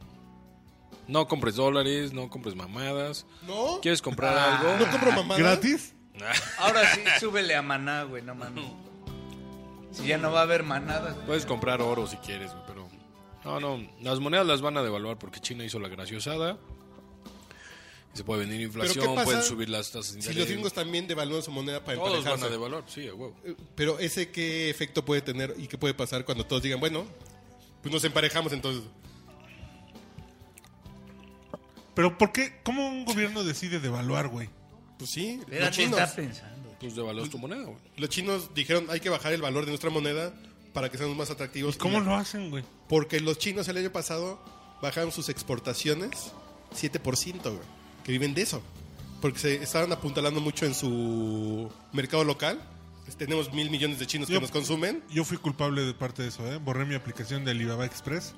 Speaker 2: No compres dólares, no compres mamadas.
Speaker 1: ¿No?
Speaker 2: ¿Quieres comprar algo?
Speaker 1: Ah. No compro mamada.
Speaker 3: ¿Gratis?
Speaker 2: (laughs)
Speaker 4: Ahora sí, súbele a Maná, güey, no mames. Si ya no va a haber manadas.
Speaker 2: Puedes comprar oro si quieres, güey, pero... No, no, las monedas las van a devaluar porque China hizo la graciosada. Se puede venir inflación,
Speaker 1: ¿Pero qué pasa
Speaker 2: pueden subir las tasas de
Speaker 1: Si
Speaker 2: interés.
Speaker 1: los gringos también devalúan su moneda para
Speaker 2: Todos van a
Speaker 1: emparejarse.
Speaker 2: devaluar, sí, a huevo.
Speaker 1: Eh, Pero ese qué efecto puede tener y qué puede pasar cuando todos digan, bueno, pues nos emparejamos entonces.
Speaker 3: Pero ¿por qué? ¿Cómo un gobierno decide devaluar, güey?
Speaker 1: Pues sí, los
Speaker 4: Espérate,
Speaker 1: chinos.
Speaker 4: está pensando.
Speaker 2: Pues devalúas tu moneda, güey.
Speaker 1: Los chinos dijeron, hay que bajar el valor de nuestra moneda para que seamos más atractivos.
Speaker 3: ¿Cómo
Speaker 1: Y-
Speaker 3: lo hacen, güey?
Speaker 1: Porque los chinos el año pasado bajaron sus exportaciones 7%, güey, que viven de eso. Porque se estaban apuntalando mucho en su mercado local. Pues Tenemos mil millones de chinos
Speaker 3: Yo-
Speaker 1: que nos consumen.
Speaker 3: Yo fui culpable de parte de eso, ¿eh? Borré mi aplicación de Alibaba Express.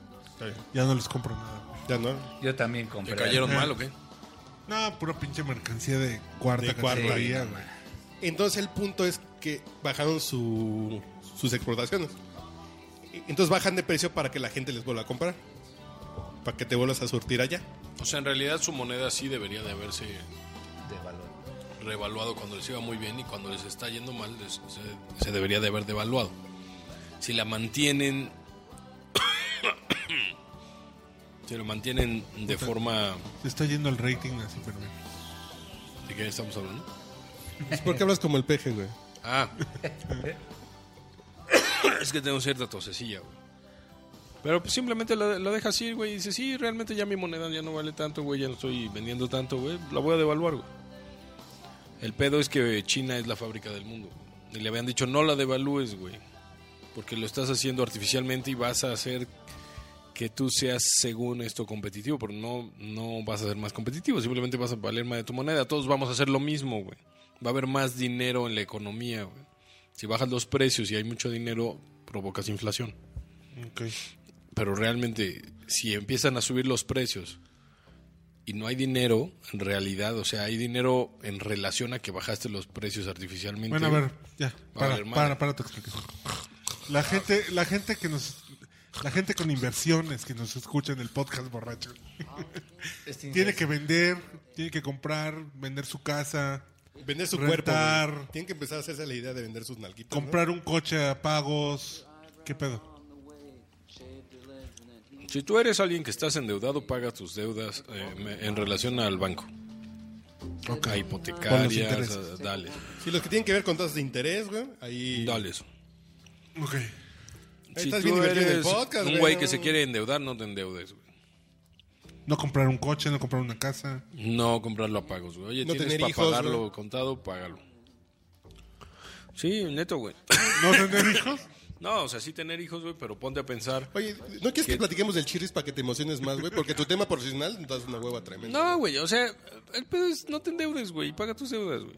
Speaker 3: Ya no les compro nada. güey.
Speaker 1: Ya no.
Speaker 4: Yo también
Speaker 2: ¿Te
Speaker 4: compré.
Speaker 2: cayeron mal o qué?
Speaker 3: No, pura pinche mercancía de cuarta
Speaker 1: De cuarta.
Speaker 3: categoría, güey.
Speaker 1: Entonces el punto es que bajaron su- sus exportaciones. E- Entonces bajan de precio para que la gente les vuelva a comprar. Para que te vuelvas a surtir allá.
Speaker 2: O sea, en realidad su moneda sí debería de haberse
Speaker 4: De valor.
Speaker 2: revaluado cuando les iba muy bien y cuando les está yendo mal les- se, se debería de haber devaluado. Si la mantienen... (coughs) si lo mantienen de forma...
Speaker 3: Se está yendo el rating así, pero güey.
Speaker 2: ¿De qué estamos hablando?
Speaker 1: Es porque Pues, hablas como el peje, güey.
Speaker 2: Ah. (coughs) es que tengo cierta tosecilla, güey. Pero pues simplemente la, la dejas ir, güey, y dices, sí, realmente ya mi moneda ya no vale tanto, güey, ya no estoy vendiendo tanto, güey, la voy a devaluar, güey. El pedo es que China es la fábrica del mundo. Y le habían dicho, no la devalúes, güey, porque lo estás haciendo artificialmente y vas a hacer que tú seas, según esto, competitivo, pero no, no vas a ser más competitivo, simplemente vas a valer más de tu moneda. Todos vamos a hacer lo mismo, güey. Va a haber más dinero en la economía, güey. Si bajas los precios y hay mucho dinero, provocas inflación. Pero realmente, si empiezan a subir los precios y no hay dinero en realidad, o sea, hay dinero en relación a que bajaste los precios artificialmente.
Speaker 3: Bueno, a ver, ya.
Speaker 2: A
Speaker 3: Para,
Speaker 2: ver, madre.
Speaker 3: para, para tu explicación. La gente, la gente que nos. La gente con inversiones que nos escucha en el podcast borracho.
Speaker 4: este
Speaker 3: tiene que vender, tiene que comprar, vender su casa,
Speaker 1: Vender su
Speaker 3: Rentar.
Speaker 1: cuerpo. güey. Tienen que empezar a hacerse la idea de vender sus nalguitas. ¿no?
Speaker 3: comprar un coche a pagos. ¿Qué pedo?
Speaker 2: Si tú eres alguien que estás endeudado, pagas tus deudas eh, me- en relación al banco. A
Speaker 3: Con los
Speaker 2: hipotecarias,
Speaker 3: intereses.
Speaker 2: a- dale,
Speaker 1: Sí, los que tienen que ver con tasas de interés, güey. Ahí.
Speaker 2: dale eso.
Speaker 3: Ok.
Speaker 2: Si
Speaker 1: estás bien
Speaker 2: tú
Speaker 1: divertido en el
Speaker 2: eres
Speaker 1: podcast,
Speaker 2: un
Speaker 1: güey,
Speaker 2: güey
Speaker 1: no.
Speaker 2: que se quiere endeudar, no te endeudes, güey.
Speaker 3: No comprar un coche, no comprar una casa.
Speaker 2: No comprarlo a pagos, güey. Oye,
Speaker 1: No
Speaker 2: tienes
Speaker 1: tener
Speaker 2: para
Speaker 1: hijos,
Speaker 2: pagarlo
Speaker 1: güey.
Speaker 2: contado, págalo. Sí, neto, güey. (coughs)
Speaker 3: No tener hijos.
Speaker 2: No, o sea, sí tener hijos, güey, pero ponte a pensar.
Speaker 1: Oye, ¿no quieres que platiquemos del chirris para que te emociones más, güey? Porque tu tema profesional das una hueva tremenda.
Speaker 2: No, güey, o sea, el pedo es no te endeudes, güey, paga tus deudas, güey.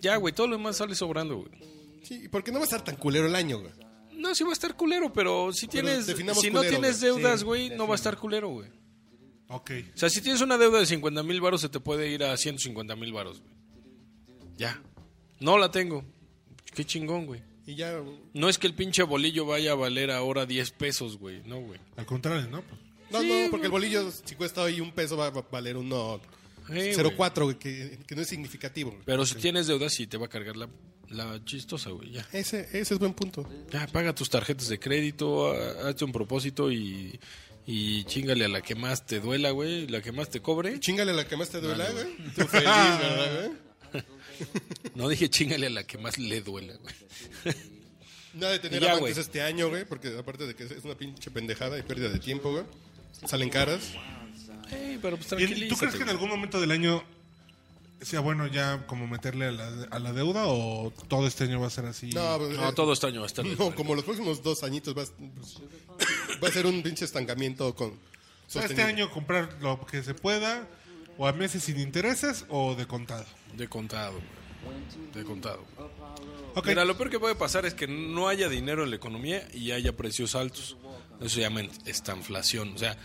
Speaker 2: Ya, güey, todo lo demás sale sobrando, güey.
Speaker 1: Sí, ¿y por qué no va a estar tan culero el año, güey?
Speaker 2: No, sí va a estar culero, pero si tienes
Speaker 1: definamos
Speaker 2: si no
Speaker 1: culero,
Speaker 2: tienes
Speaker 1: güey.
Speaker 2: deudas, güey, no va a estar culero, güey.
Speaker 3: Ok.
Speaker 2: O sea, si tienes una deuda de 50 mil varos, se te puede ir a 150 mil varos, güey. Ya. No la tengo. Qué chingón, güey.
Speaker 1: Y ya.
Speaker 2: No es que el pinche bolillo vaya a valer ahora 10 pesos, güey. No, güey.
Speaker 3: Al contrario, ¿no?
Speaker 1: No, no, porque el bolillo, si cuesta hoy un peso, va a valer uno.
Speaker 2: Eh,
Speaker 1: 0.4, güey, que, que no es significativo. güey.
Speaker 2: Pero si tienes deudas, sí te va a cargar la, la chistosa, güey. Ya.
Speaker 1: Ese, ese es buen punto.
Speaker 2: Ya, paga tus tarjetas de crédito, ha- hazte un propósito y, y chingale a la que más te duela, güey, la que más te cobre.
Speaker 1: Chingale a la que más te duela, güey. Tú
Speaker 2: (laughs)
Speaker 1: feliz, ¿verdad, güey?
Speaker 2: No dije chingale a la que más le duela, güey.
Speaker 1: Nada de tener
Speaker 2: Y ya,
Speaker 1: amantes
Speaker 2: güey.
Speaker 1: este año, güey, porque aparte de que es una pinche pendejada y pérdida de tiempo, güey. Salen caras.
Speaker 2: Ey, pero pues
Speaker 3: ¿Y ¿Tú crees que en
Speaker 2: güey.
Speaker 3: algún momento del año sea bueno ya como meterle a la, a la deuda o todo este año va a ser así?
Speaker 1: No, pues,
Speaker 2: No,
Speaker 1: eh,
Speaker 2: todo este año va a estar. de
Speaker 1: no,
Speaker 2: duela.
Speaker 1: como los próximos dos añitos va a, pues, va a ser un pinche estancamiento con.
Speaker 3: O sea, este
Speaker 1: sostenido.
Speaker 3: año comprar lo que se pueda o a meses sin intereses o de contado.
Speaker 2: De contado, güey. De contado.
Speaker 3: Ok.
Speaker 2: Mira, lo peor que puede pasar es que no haya dinero en la economía y haya precios altos. Eso se llama en- estanflación. O sea,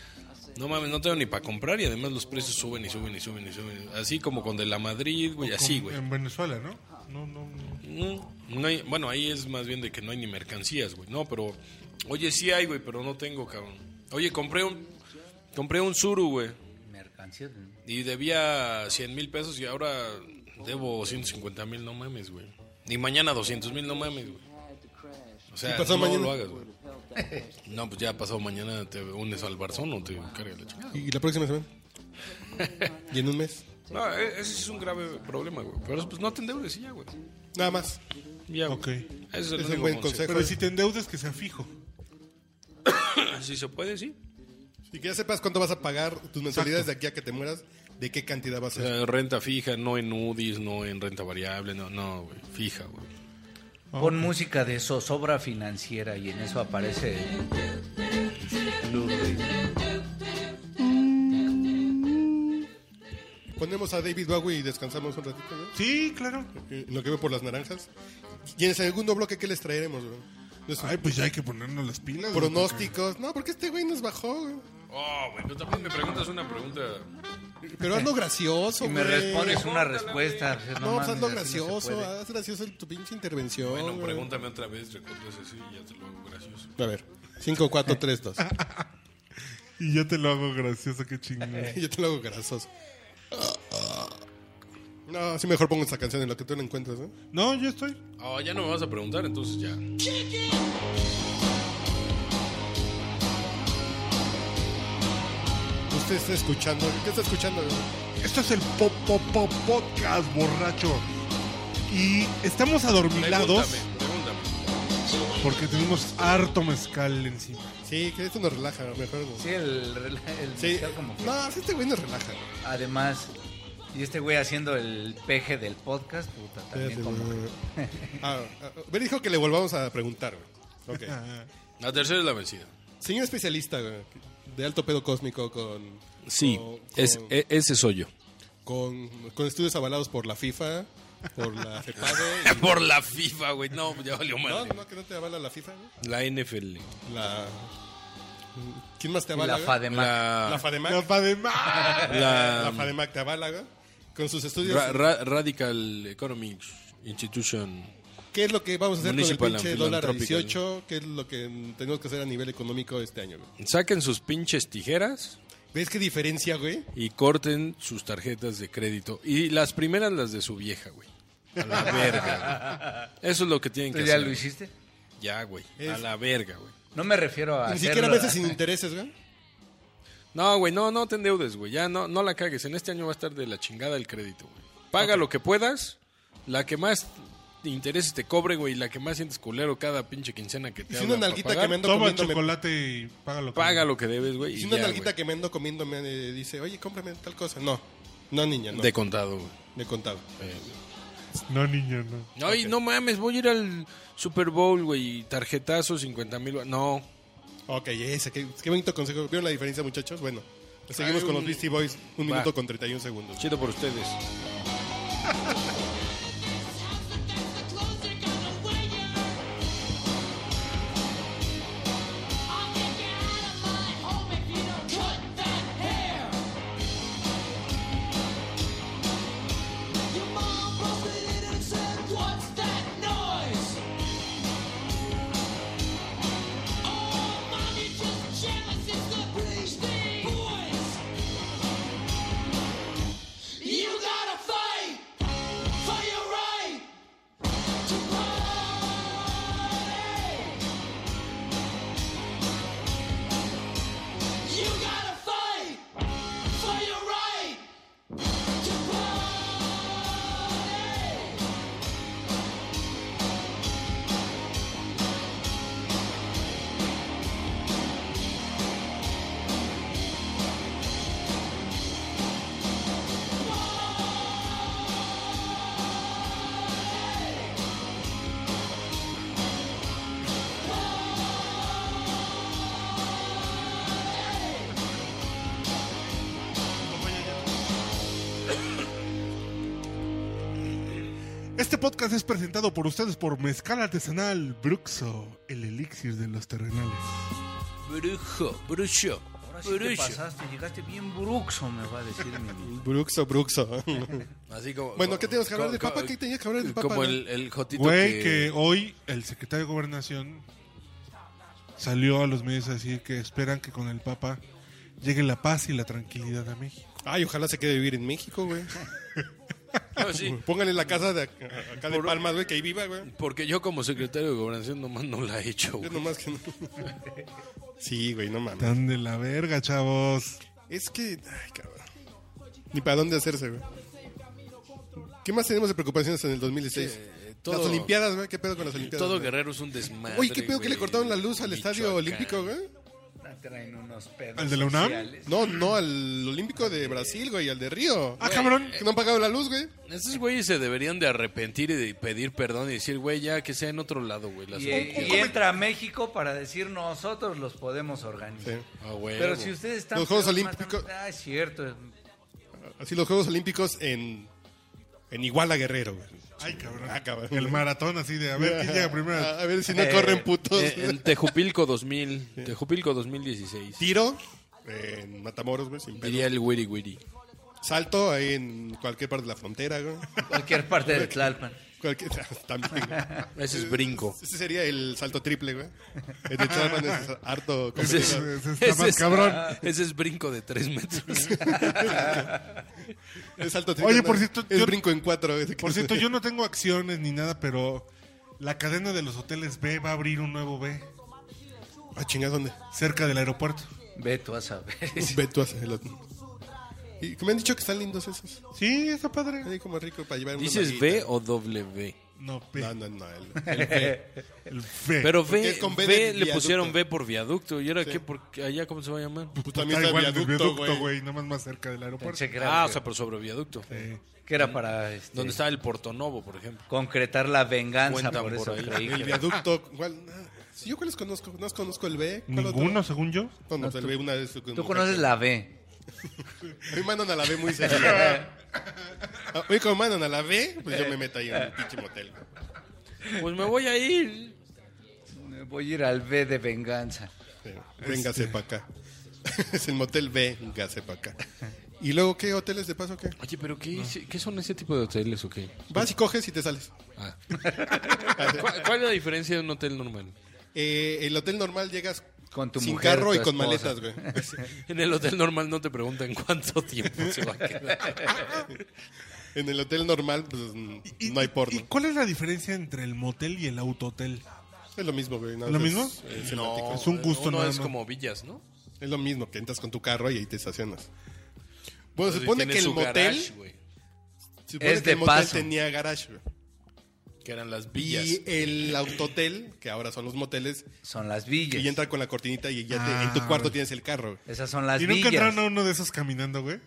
Speaker 2: no mames, no tengo ni para comprar y además los precios suben y suben y suben y suben. Así como con de la Madrid, güey, así,
Speaker 3: Como
Speaker 2: güey.
Speaker 3: En Venezuela, ¿no? No, no, no.
Speaker 2: No, no hay- bueno, ahí es más bien de que no hay ni mercancías, güey. No, pero. Oye, sí hay, güey, pero no tengo, cabrón. Oye, compré un. Compré un suru, güey.
Speaker 4: Mercancía.
Speaker 2: Y debía 100 mil pesos y ahora debo 150 mil, no mames, güey. Y mañana 200 mil, no mames, güey. O sea,
Speaker 1: ¿Y pasado
Speaker 2: no
Speaker 1: mañana?
Speaker 2: lo hagas, güey. (laughs) No, pues ya pasado mañana te unes al Barzón o te carga la chingada.
Speaker 1: Y la próxima semana. y en un mes.
Speaker 2: No, e- ese es un grave problema, güey. Pero pues no te endeudes y ya, güey.
Speaker 1: Nada más.
Speaker 2: Ya, güey.
Speaker 3: Ok.
Speaker 2: Ese es el
Speaker 1: Es un
Speaker 2: único
Speaker 1: buen
Speaker 2: consejo.
Speaker 1: consejo.
Speaker 3: Pero si te endeudas que sea fijo.
Speaker 2: Ah, Si se puede, sí.
Speaker 1: Y que ya sepas cuánto vas a pagar tus mensualidades de aquí a que te mueras, de qué cantidad va a
Speaker 2: O
Speaker 1: ser.
Speaker 2: sea, renta fija, no en UDIs, no en renta variable, no, no, güey, fija, güey.
Speaker 4: Pon música de zozobra financiera y en eso aparece.
Speaker 1: Ponemos a David Bowie y descansamos un ratito, ¿no?
Speaker 3: Sí, claro.
Speaker 1: En lo que ve por las naranjas. Y en el segundo bloque, ¿qué les traeremos, güey? Los
Speaker 3: Ay, pues ya hay que ponernos las pilas. güey,
Speaker 1: pronósticos. No, porque este güey nos bajó, güey.
Speaker 2: Oh, güey, tú también me preguntas una pregunta.
Speaker 1: Pero hazlo gracioso,
Speaker 4: Y me
Speaker 1: güey.
Speaker 4: respondes una respuesta.
Speaker 1: No, pues
Speaker 4: mames,
Speaker 1: hazlo
Speaker 4: así no se
Speaker 1: gracioso, ah.
Speaker 4: puede.
Speaker 1: haz gracioso tu pinche intervención.
Speaker 2: Bueno,
Speaker 1: Oh, güey.
Speaker 2: pregúntame otra vez, recuerdas así y ya te lo hago gracioso.
Speaker 1: A ver, 5, 4, 3, 2.
Speaker 3: porque- Y yo te lo hago gracioso, qué chingón.
Speaker 1: (laughs)
Speaker 2: Eh.
Speaker 1: Yo te lo hago grasoso. No, sí mejor pongo esta canción en lo que tú la encuentras, ¿no?
Speaker 3: no, yo estoy.
Speaker 2: Oh, ya no me vas a preguntar, entonces ya.
Speaker 1: Usted está escuchando. ¿Qué está escuchando? güey?
Speaker 3: Esto es el Pop Pop Pop Podcast, borracho. Y estamos adormilados
Speaker 2: Pregúntame, pregúntame.
Speaker 3: porque tenemos harto mezcal encima.
Speaker 1: Sí, que esto nos relaja, mejor. güey.
Speaker 4: Sí, el, rela- el
Speaker 1: Sí.
Speaker 4: musical como que-
Speaker 1: No, sí, este güey nos relaja.
Speaker 4: Además, y este güey haciendo el peje del podcast, puta, también
Speaker 1: Espérate,
Speaker 4: como que-
Speaker 1: güey. Ah, ah, Ver, dijo que le volvamos a preguntar, güey. Ok.
Speaker 3: Ah,
Speaker 2: La tercera es la vencida.
Speaker 1: Señor especialista güey, de alto pedo cósmico con.
Speaker 2: Oh,
Speaker 1: con- con-
Speaker 2: e, ese soy yo.
Speaker 1: con, con estudios avalados por la FIFA, por la FEPADO.
Speaker 2: (laughs) Por la FIFA, güey. No, ya valió
Speaker 1: y- No,
Speaker 2: madre.
Speaker 1: no, que no te avala la FIFA, güey.
Speaker 2: La NFL.
Speaker 1: La, ¿Quién más te
Speaker 4: Y la
Speaker 1: avala? güey?
Speaker 4: Fademac.
Speaker 2: La-
Speaker 1: La Fademac.
Speaker 3: La Fadema.
Speaker 2: la-
Speaker 1: La Fademac te avala, güey. Con sus estudios.
Speaker 2: Ra- Ra- Radical Economics Institution.
Speaker 1: ¿Qué es lo que vamos a hacer con el
Speaker 2: Municipal and
Speaker 1: pinche dólar a
Speaker 2: Philanthropic,
Speaker 1: 18? ¿Qué es lo que mm, tenemos que hacer a nivel económico este año, güey?
Speaker 2: Saquen sus pinches tijeras
Speaker 1: ¿Ves qué diferencia, güey?
Speaker 2: y corten sus tarjetas de crédito. Y las primeras, las de su vieja, güey. A la verga, güey. Eso es lo que tienen
Speaker 4: ¿Tú
Speaker 2: que
Speaker 4: ya
Speaker 2: hacer.
Speaker 4: lo
Speaker 2: güey.
Speaker 4: hiciste?
Speaker 2: Ya, güey. A
Speaker 1: Es-
Speaker 2: la verga, güey.
Speaker 4: No me refiero a.
Speaker 1: Ni siquiera
Speaker 4: hacerlo-
Speaker 1: meses sin intereses, güey.
Speaker 2: No, güey, no, no te endeudes, güey. Ya no, no la cagues. En este año va a estar de la chingada el crédito, güey. Paga lo que puedas. La que más intereses te cobre, güey. La que más sientes culero cada pinche quincena que te
Speaker 1: Y si
Speaker 2: hagan
Speaker 1: una
Speaker 2: para
Speaker 1: nalguita
Speaker 2: pagar,
Speaker 1: que me ando
Speaker 3: Toma el
Speaker 1: comiendo. me-
Speaker 3: chocolate y págalo.
Speaker 2: Paga lo que debes, güey. y
Speaker 1: Si una
Speaker 2: ya,
Speaker 1: nalguita
Speaker 2: güey.
Speaker 1: que me ando comiendo me eh, dice, oye, cómprame tal cosa. No, no, niña, no.
Speaker 2: De
Speaker 1: De,
Speaker 2: contado, güey.
Speaker 1: contado.
Speaker 3: No, niño, no.
Speaker 2: Ay, no mames, voy a ir al Super Bowl, güey. y Tarjetazo, 50 mil. No.
Speaker 1: Ok, ese, qué, qué bonito consejo. ¿Vieron la diferencia, muchachos? Bueno, seguimos
Speaker 2: Hay
Speaker 1: con
Speaker 2: un-
Speaker 1: los Beastie Boys, un
Speaker 2: Va.
Speaker 1: minuto con 31 segundos.
Speaker 2: Chido por ustedes.
Speaker 5: You gotta fight for your right to party. You gotta fight for your right to party.
Speaker 3: Este podcast es presentado por ustedes por Mezcal Artesanal Bruxo, el elixir de los terrenales.
Speaker 2: Brujo, brujo,
Speaker 4: Ahora sí te
Speaker 2: brujo.
Speaker 4: pasaste, llegaste bien bruxo, me va a decir mi.
Speaker 1: Bruxo,
Speaker 2: (laughs)
Speaker 1: Bruxo.
Speaker 2: Así como,
Speaker 1: Bueno, ¿qué tenías que hablar de
Speaker 2: como-
Speaker 1: papa? ¿Qué tenías que hablar de papa, no?
Speaker 2: Como el, el jotito
Speaker 3: Güey,
Speaker 2: que...
Speaker 3: que hoy el secretario de Gobernación salió a los medios a decir que esperan que con el Papa llegue la paz y la tranquilidad a México.
Speaker 1: Ay, ojalá se quede vivir en México, güey.
Speaker 2: (laughs) No, sí,
Speaker 1: Póngale la casa de acá, acá de Palmas, güey, que ahí viva, güey.
Speaker 2: porque yo como secretario de gobernación nomás no la he hecho,
Speaker 1: Yo
Speaker 2: güey.
Speaker 1: nomás que no. (laughs) Sí, güey, no mames.
Speaker 3: Tan de la verga, chavos.
Speaker 1: Es que, ay, cabrón. Ni para dónde hacerse, güey. ¿Qué más tenemos de preocupaciones en el 2016?
Speaker 2: Eh, todo-
Speaker 1: las Olimpiadas, güey. ¿Qué pedo con las Olimpiadas?
Speaker 2: Todo
Speaker 1: güey?
Speaker 2: Guerrero es un desmadre,
Speaker 1: Oye, ¿qué pedo que
Speaker 2: güey.
Speaker 1: le cortaron la luz al estadio
Speaker 2: Michoacán.
Speaker 1: olímpico, güey?
Speaker 4: Traen unos pedos.
Speaker 3: ¿Al de la UNAM?
Speaker 4: sociales.
Speaker 1: No, no, al olímpico de Brasil, güey, al de Río.
Speaker 3: Ah, cabrón.
Speaker 1: Que no han pagado la luz, güey.
Speaker 2: Esos güeyes se deberían de arrepentir y de pedir perdón y decir, güey, ya que sea en otro lado, güey. las
Speaker 4: Y,
Speaker 2: Olimpiadas.
Speaker 4: y entra a México para decir nosotros los podemos organizar.
Speaker 1: Sí.
Speaker 2: Ah, güey.
Speaker 4: Pero si ustedes están.
Speaker 1: Los Juegos
Speaker 4: peor,
Speaker 1: Olímpicos-
Speaker 4: matan- Ah, es cierto.
Speaker 1: Así los Juegos Olímpicos en, en Iguala Guerrero, güey.
Speaker 3: Ay, cabrón.
Speaker 1: Ah, cabrón. Ah.
Speaker 3: El maratón así de a ver quién llega primero.
Speaker 1: A ver si no corren putos.
Speaker 2: Eh, en Tejupilco 2000, Tejupilco 2016.
Speaker 1: Tiro en Matamoros, güey, sin pedo.
Speaker 2: Diría el Wiri Wiri.
Speaker 1: Salto ahí en cualquier parte de la frontera, güey. (laughs)
Speaker 4: Cualquier parte de Tlalpan.
Speaker 1: Cualquier, (laughs) también, güey.
Speaker 2: Ese es brinco.
Speaker 1: Ese sería el salto triple, güey. El de Chalman es harto
Speaker 2: (laughs) Ese es,
Speaker 1: competido.
Speaker 3: Ese está más
Speaker 2: es-
Speaker 3: cabrón.
Speaker 2: ese es brinco de 3 metros.
Speaker 1: El salto triple.
Speaker 3: Oye,
Speaker 1: no,
Speaker 3: por cierto,
Speaker 1: Es
Speaker 3: yo-
Speaker 1: brinco en cuatro. güey.
Speaker 3: Por cierto, yo no tengo acciones ni nada, pero la cadena de los hoteles B va a abrir un nuevo B
Speaker 1: Ah, chingas, ¿dónde?
Speaker 3: cerca del aeropuerto.
Speaker 4: Ve tú
Speaker 1: (laughs)
Speaker 4: a saber.
Speaker 1: Ve tú a hacerlo. Y que me han dicho que están lindos esos.
Speaker 3: Sí, está padre.
Speaker 1: Ahí como rico para llevar una
Speaker 2: ¿Dices
Speaker 1: nalguita.
Speaker 2: B o W?
Speaker 3: No, B.
Speaker 1: No, no, no. El,
Speaker 3: (laughs) El B.
Speaker 2: Pero
Speaker 1: Porque
Speaker 2: B,
Speaker 1: es con B
Speaker 2: B
Speaker 1: de
Speaker 2: le
Speaker 1: viaducto.
Speaker 2: pusieron B por viaducto. ¿Y ahora qué? ¿Por qué? ¿Allá cómo se va a llamar?
Speaker 1: pues
Speaker 3: Está
Speaker 1: también está
Speaker 3: igual
Speaker 1: el
Speaker 3: del
Speaker 1: viaducto, güey.
Speaker 3: güey, nomás más cerca del aeropuerto.
Speaker 4: Pensé que era,
Speaker 2: Ah, o sea, pero sobre viaducto.
Speaker 3: Sí.
Speaker 4: que
Speaker 1: ¿eh?
Speaker 4: era para este,
Speaker 2: Donde está el Portonovo, por ejemplo.
Speaker 4: concretar la venganza.
Speaker 2: Cuentan
Speaker 4: Por
Speaker 2: por
Speaker 4: eso
Speaker 2: ahí.
Speaker 4: creí
Speaker 1: El
Speaker 4: que-
Speaker 1: viaducto. ¿cuál? Ah, sí, ¿Yo cuáles conozco? No conozco el B. ¿Cuál otro?
Speaker 3: Ninguno, según yo.
Speaker 1: No, no, el B una vez.
Speaker 4: Tú conoces la B.
Speaker 1: A mí mandan a la B muy cerca.
Speaker 3: (laughs)
Speaker 1: A mí como mandan a la B, pues yo me meto ahí en un pinche motel. güey.
Speaker 2: Pues me voy a ir.
Speaker 4: Eh, Voy a ir al B de venganza.
Speaker 1: Sí.
Speaker 3: Este,
Speaker 1: Pero, Véngase para acá. (laughs) es el motel Véngase para acá. ¿Y luego qué hoteles de paso qué?
Speaker 2: Oye, pero ¿qué, qué son ese tipo de hoteles o qué?
Speaker 1: Vas y coges y te sales.
Speaker 2: Ah. ¿Cuál, cuál es la diferencia de un hotel normal?
Speaker 1: Eh, el hotel normal llegas
Speaker 4: Con tu
Speaker 1: sin
Speaker 4: mujer,
Speaker 1: carro
Speaker 4: tu
Speaker 1: y con
Speaker 4: esposa.
Speaker 1: maletas, güey.
Speaker 2: En el hotel normal no te preguntan cuánto tiempo se va a quedar.
Speaker 1: En el hotel normal, pues mm,
Speaker 3: ¿Y-
Speaker 1: no hay
Speaker 3: y-
Speaker 1: porno.
Speaker 3: ¿Y cuál es la diferencia entre el motel y el autohotel?
Speaker 1: Es lo mismo, güey. nada
Speaker 3: ¿Lo
Speaker 1: más
Speaker 3: mismo?
Speaker 1: es- Es, el ático.
Speaker 3: Es un gusto
Speaker 2: Uno
Speaker 3: nada
Speaker 2: es
Speaker 3: más.
Speaker 2: como villas, ¿no?
Speaker 1: Es lo mismo, que entras con tu carro y ahí te estacionas.
Speaker 4: Pues,
Speaker 1: Bueno, se
Speaker 2: Entonces,
Speaker 1: supone
Speaker 2: tiene
Speaker 1: que el
Speaker 2: su
Speaker 1: motel,
Speaker 2: garage, güey,
Speaker 1: se supone
Speaker 4: Es
Speaker 1: que el
Speaker 4: de
Speaker 1: motel
Speaker 4: paso.
Speaker 1: tenía garage, güey.
Speaker 2: que eran las villas.
Speaker 1: Y el autotel, que ahora son los moteles,
Speaker 4: Son las
Speaker 1: que
Speaker 4: villas.
Speaker 1: ya entra con la cortinita y ya te-
Speaker 3: Ah,
Speaker 1: en tu cuarto
Speaker 3: güey.
Speaker 1: tienes el carro. güey.
Speaker 4: Esas son las
Speaker 3: ¿Y nunca
Speaker 4: villas.
Speaker 3: entraron a uno de esos caminando, güey?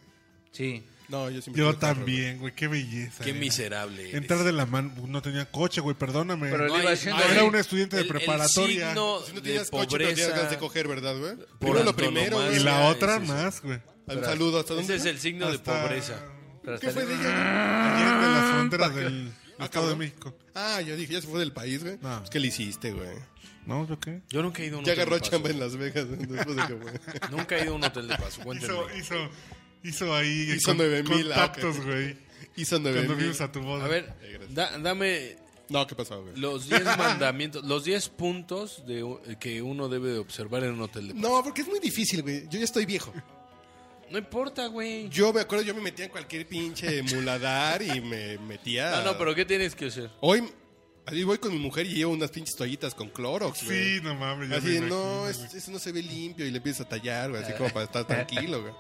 Speaker 4: Sí.
Speaker 1: No, yo siempre
Speaker 3: Yo
Speaker 1: tengo carro, güey.
Speaker 3: también, güey. Qué belleza.
Speaker 2: Qué
Speaker 3: neta.
Speaker 2: miserable. eres.
Speaker 3: Entrar de la mano. No tenía coche, güey. Perdóname.
Speaker 4: Pero
Speaker 2: No
Speaker 4: le iba
Speaker 2: hay-
Speaker 4: haciendo-
Speaker 2: no hay-
Speaker 3: Era un estudiante de
Speaker 2: el- el
Speaker 3: preparatoria.
Speaker 2: signo
Speaker 1: Si no
Speaker 2: de
Speaker 1: tenías coche, pero tenías
Speaker 2: pobreza-
Speaker 1: ganas de coger, ¿verdad, güey?
Speaker 2: Por
Speaker 1: Primero lo primero,
Speaker 2: antonomasia.
Speaker 3: y
Speaker 1: güey.
Speaker 3: la
Speaker 2: Ah,
Speaker 3: otra
Speaker 2: sí, sí.
Speaker 3: más, güey.
Speaker 1: Un saludo. ¿Hasta dónde?
Speaker 2: Ese es el signo de
Speaker 3: Hasta-
Speaker 2: pobreza.
Speaker 4: Pero
Speaker 1: ¿Qué
Speaker 4: hasta-
Speaker 1: fue de ella?
Speaker 3: Ayer de las fronteras del Estado de México.
Speaker 1: Ah, yo dije, ya se fue del país, güey.
Speaker 3: No.
Speaker 1: Pues, ¿Qué le hiciste, güey?
Speaker 3: ¿No? ¿Yo qué?
Speaker 2: Yo nunca he ido a un
Speaker 1: Ya
Speaker 2: hotel
Speaker 1: agarró
Speaker 2: de paso.
Speaker 1: chamba en Las Vegas güey, después de que fue.
Speaker 3: (laughs)
Speaker 2: Nunca he ido a un hotel de paso. cuéntenme.
Speaker 3: Hizo, hizo, hizo ahí eh,
Speaker 1: Hizo 9000, ah, ok.
Speaker 3: contactos, güey.
Speaker 1: Hizo
Speaker 3: Cuando
Speaker 1: 9
Speaker 3: vimos a tu boda.
Speaker 2: A ver, da- dame
Speaker 1: No, ¿qué pasó, güey? (laughs)
Speaker 2: los 10 mandamientos, los 10 puntos de, u- que uno debe de observar en un hotel de paso.
Speaker 1: No, porque es muy difícil, güey. Yo ya estoy viejo.
Speaker 2: No importa, güey.
Speaker 1: Yo me acuerdo, yo me metía en cualquier pinche muladar y me metía.
Speaker 2: No, no, pero ¿qué tienes que hacer?
Speaker 1: Hoy, así voy con mi mujer y llevo unas pinches toallitas con Clorox, güey.
Speaker 3: Sí, no mames. ya
Speaker 1: Así,
Speaker 3: me
Speaker 1: no,
Speaker 3: imagino,
Speaker 1: es-
Speaker 3: güey.
Speaker 1: eso no se ve limpio y le empiezas a tallar, güey, así como para
Speaker 3: (laughs)
Speaker 1: estar tranquilo, güey.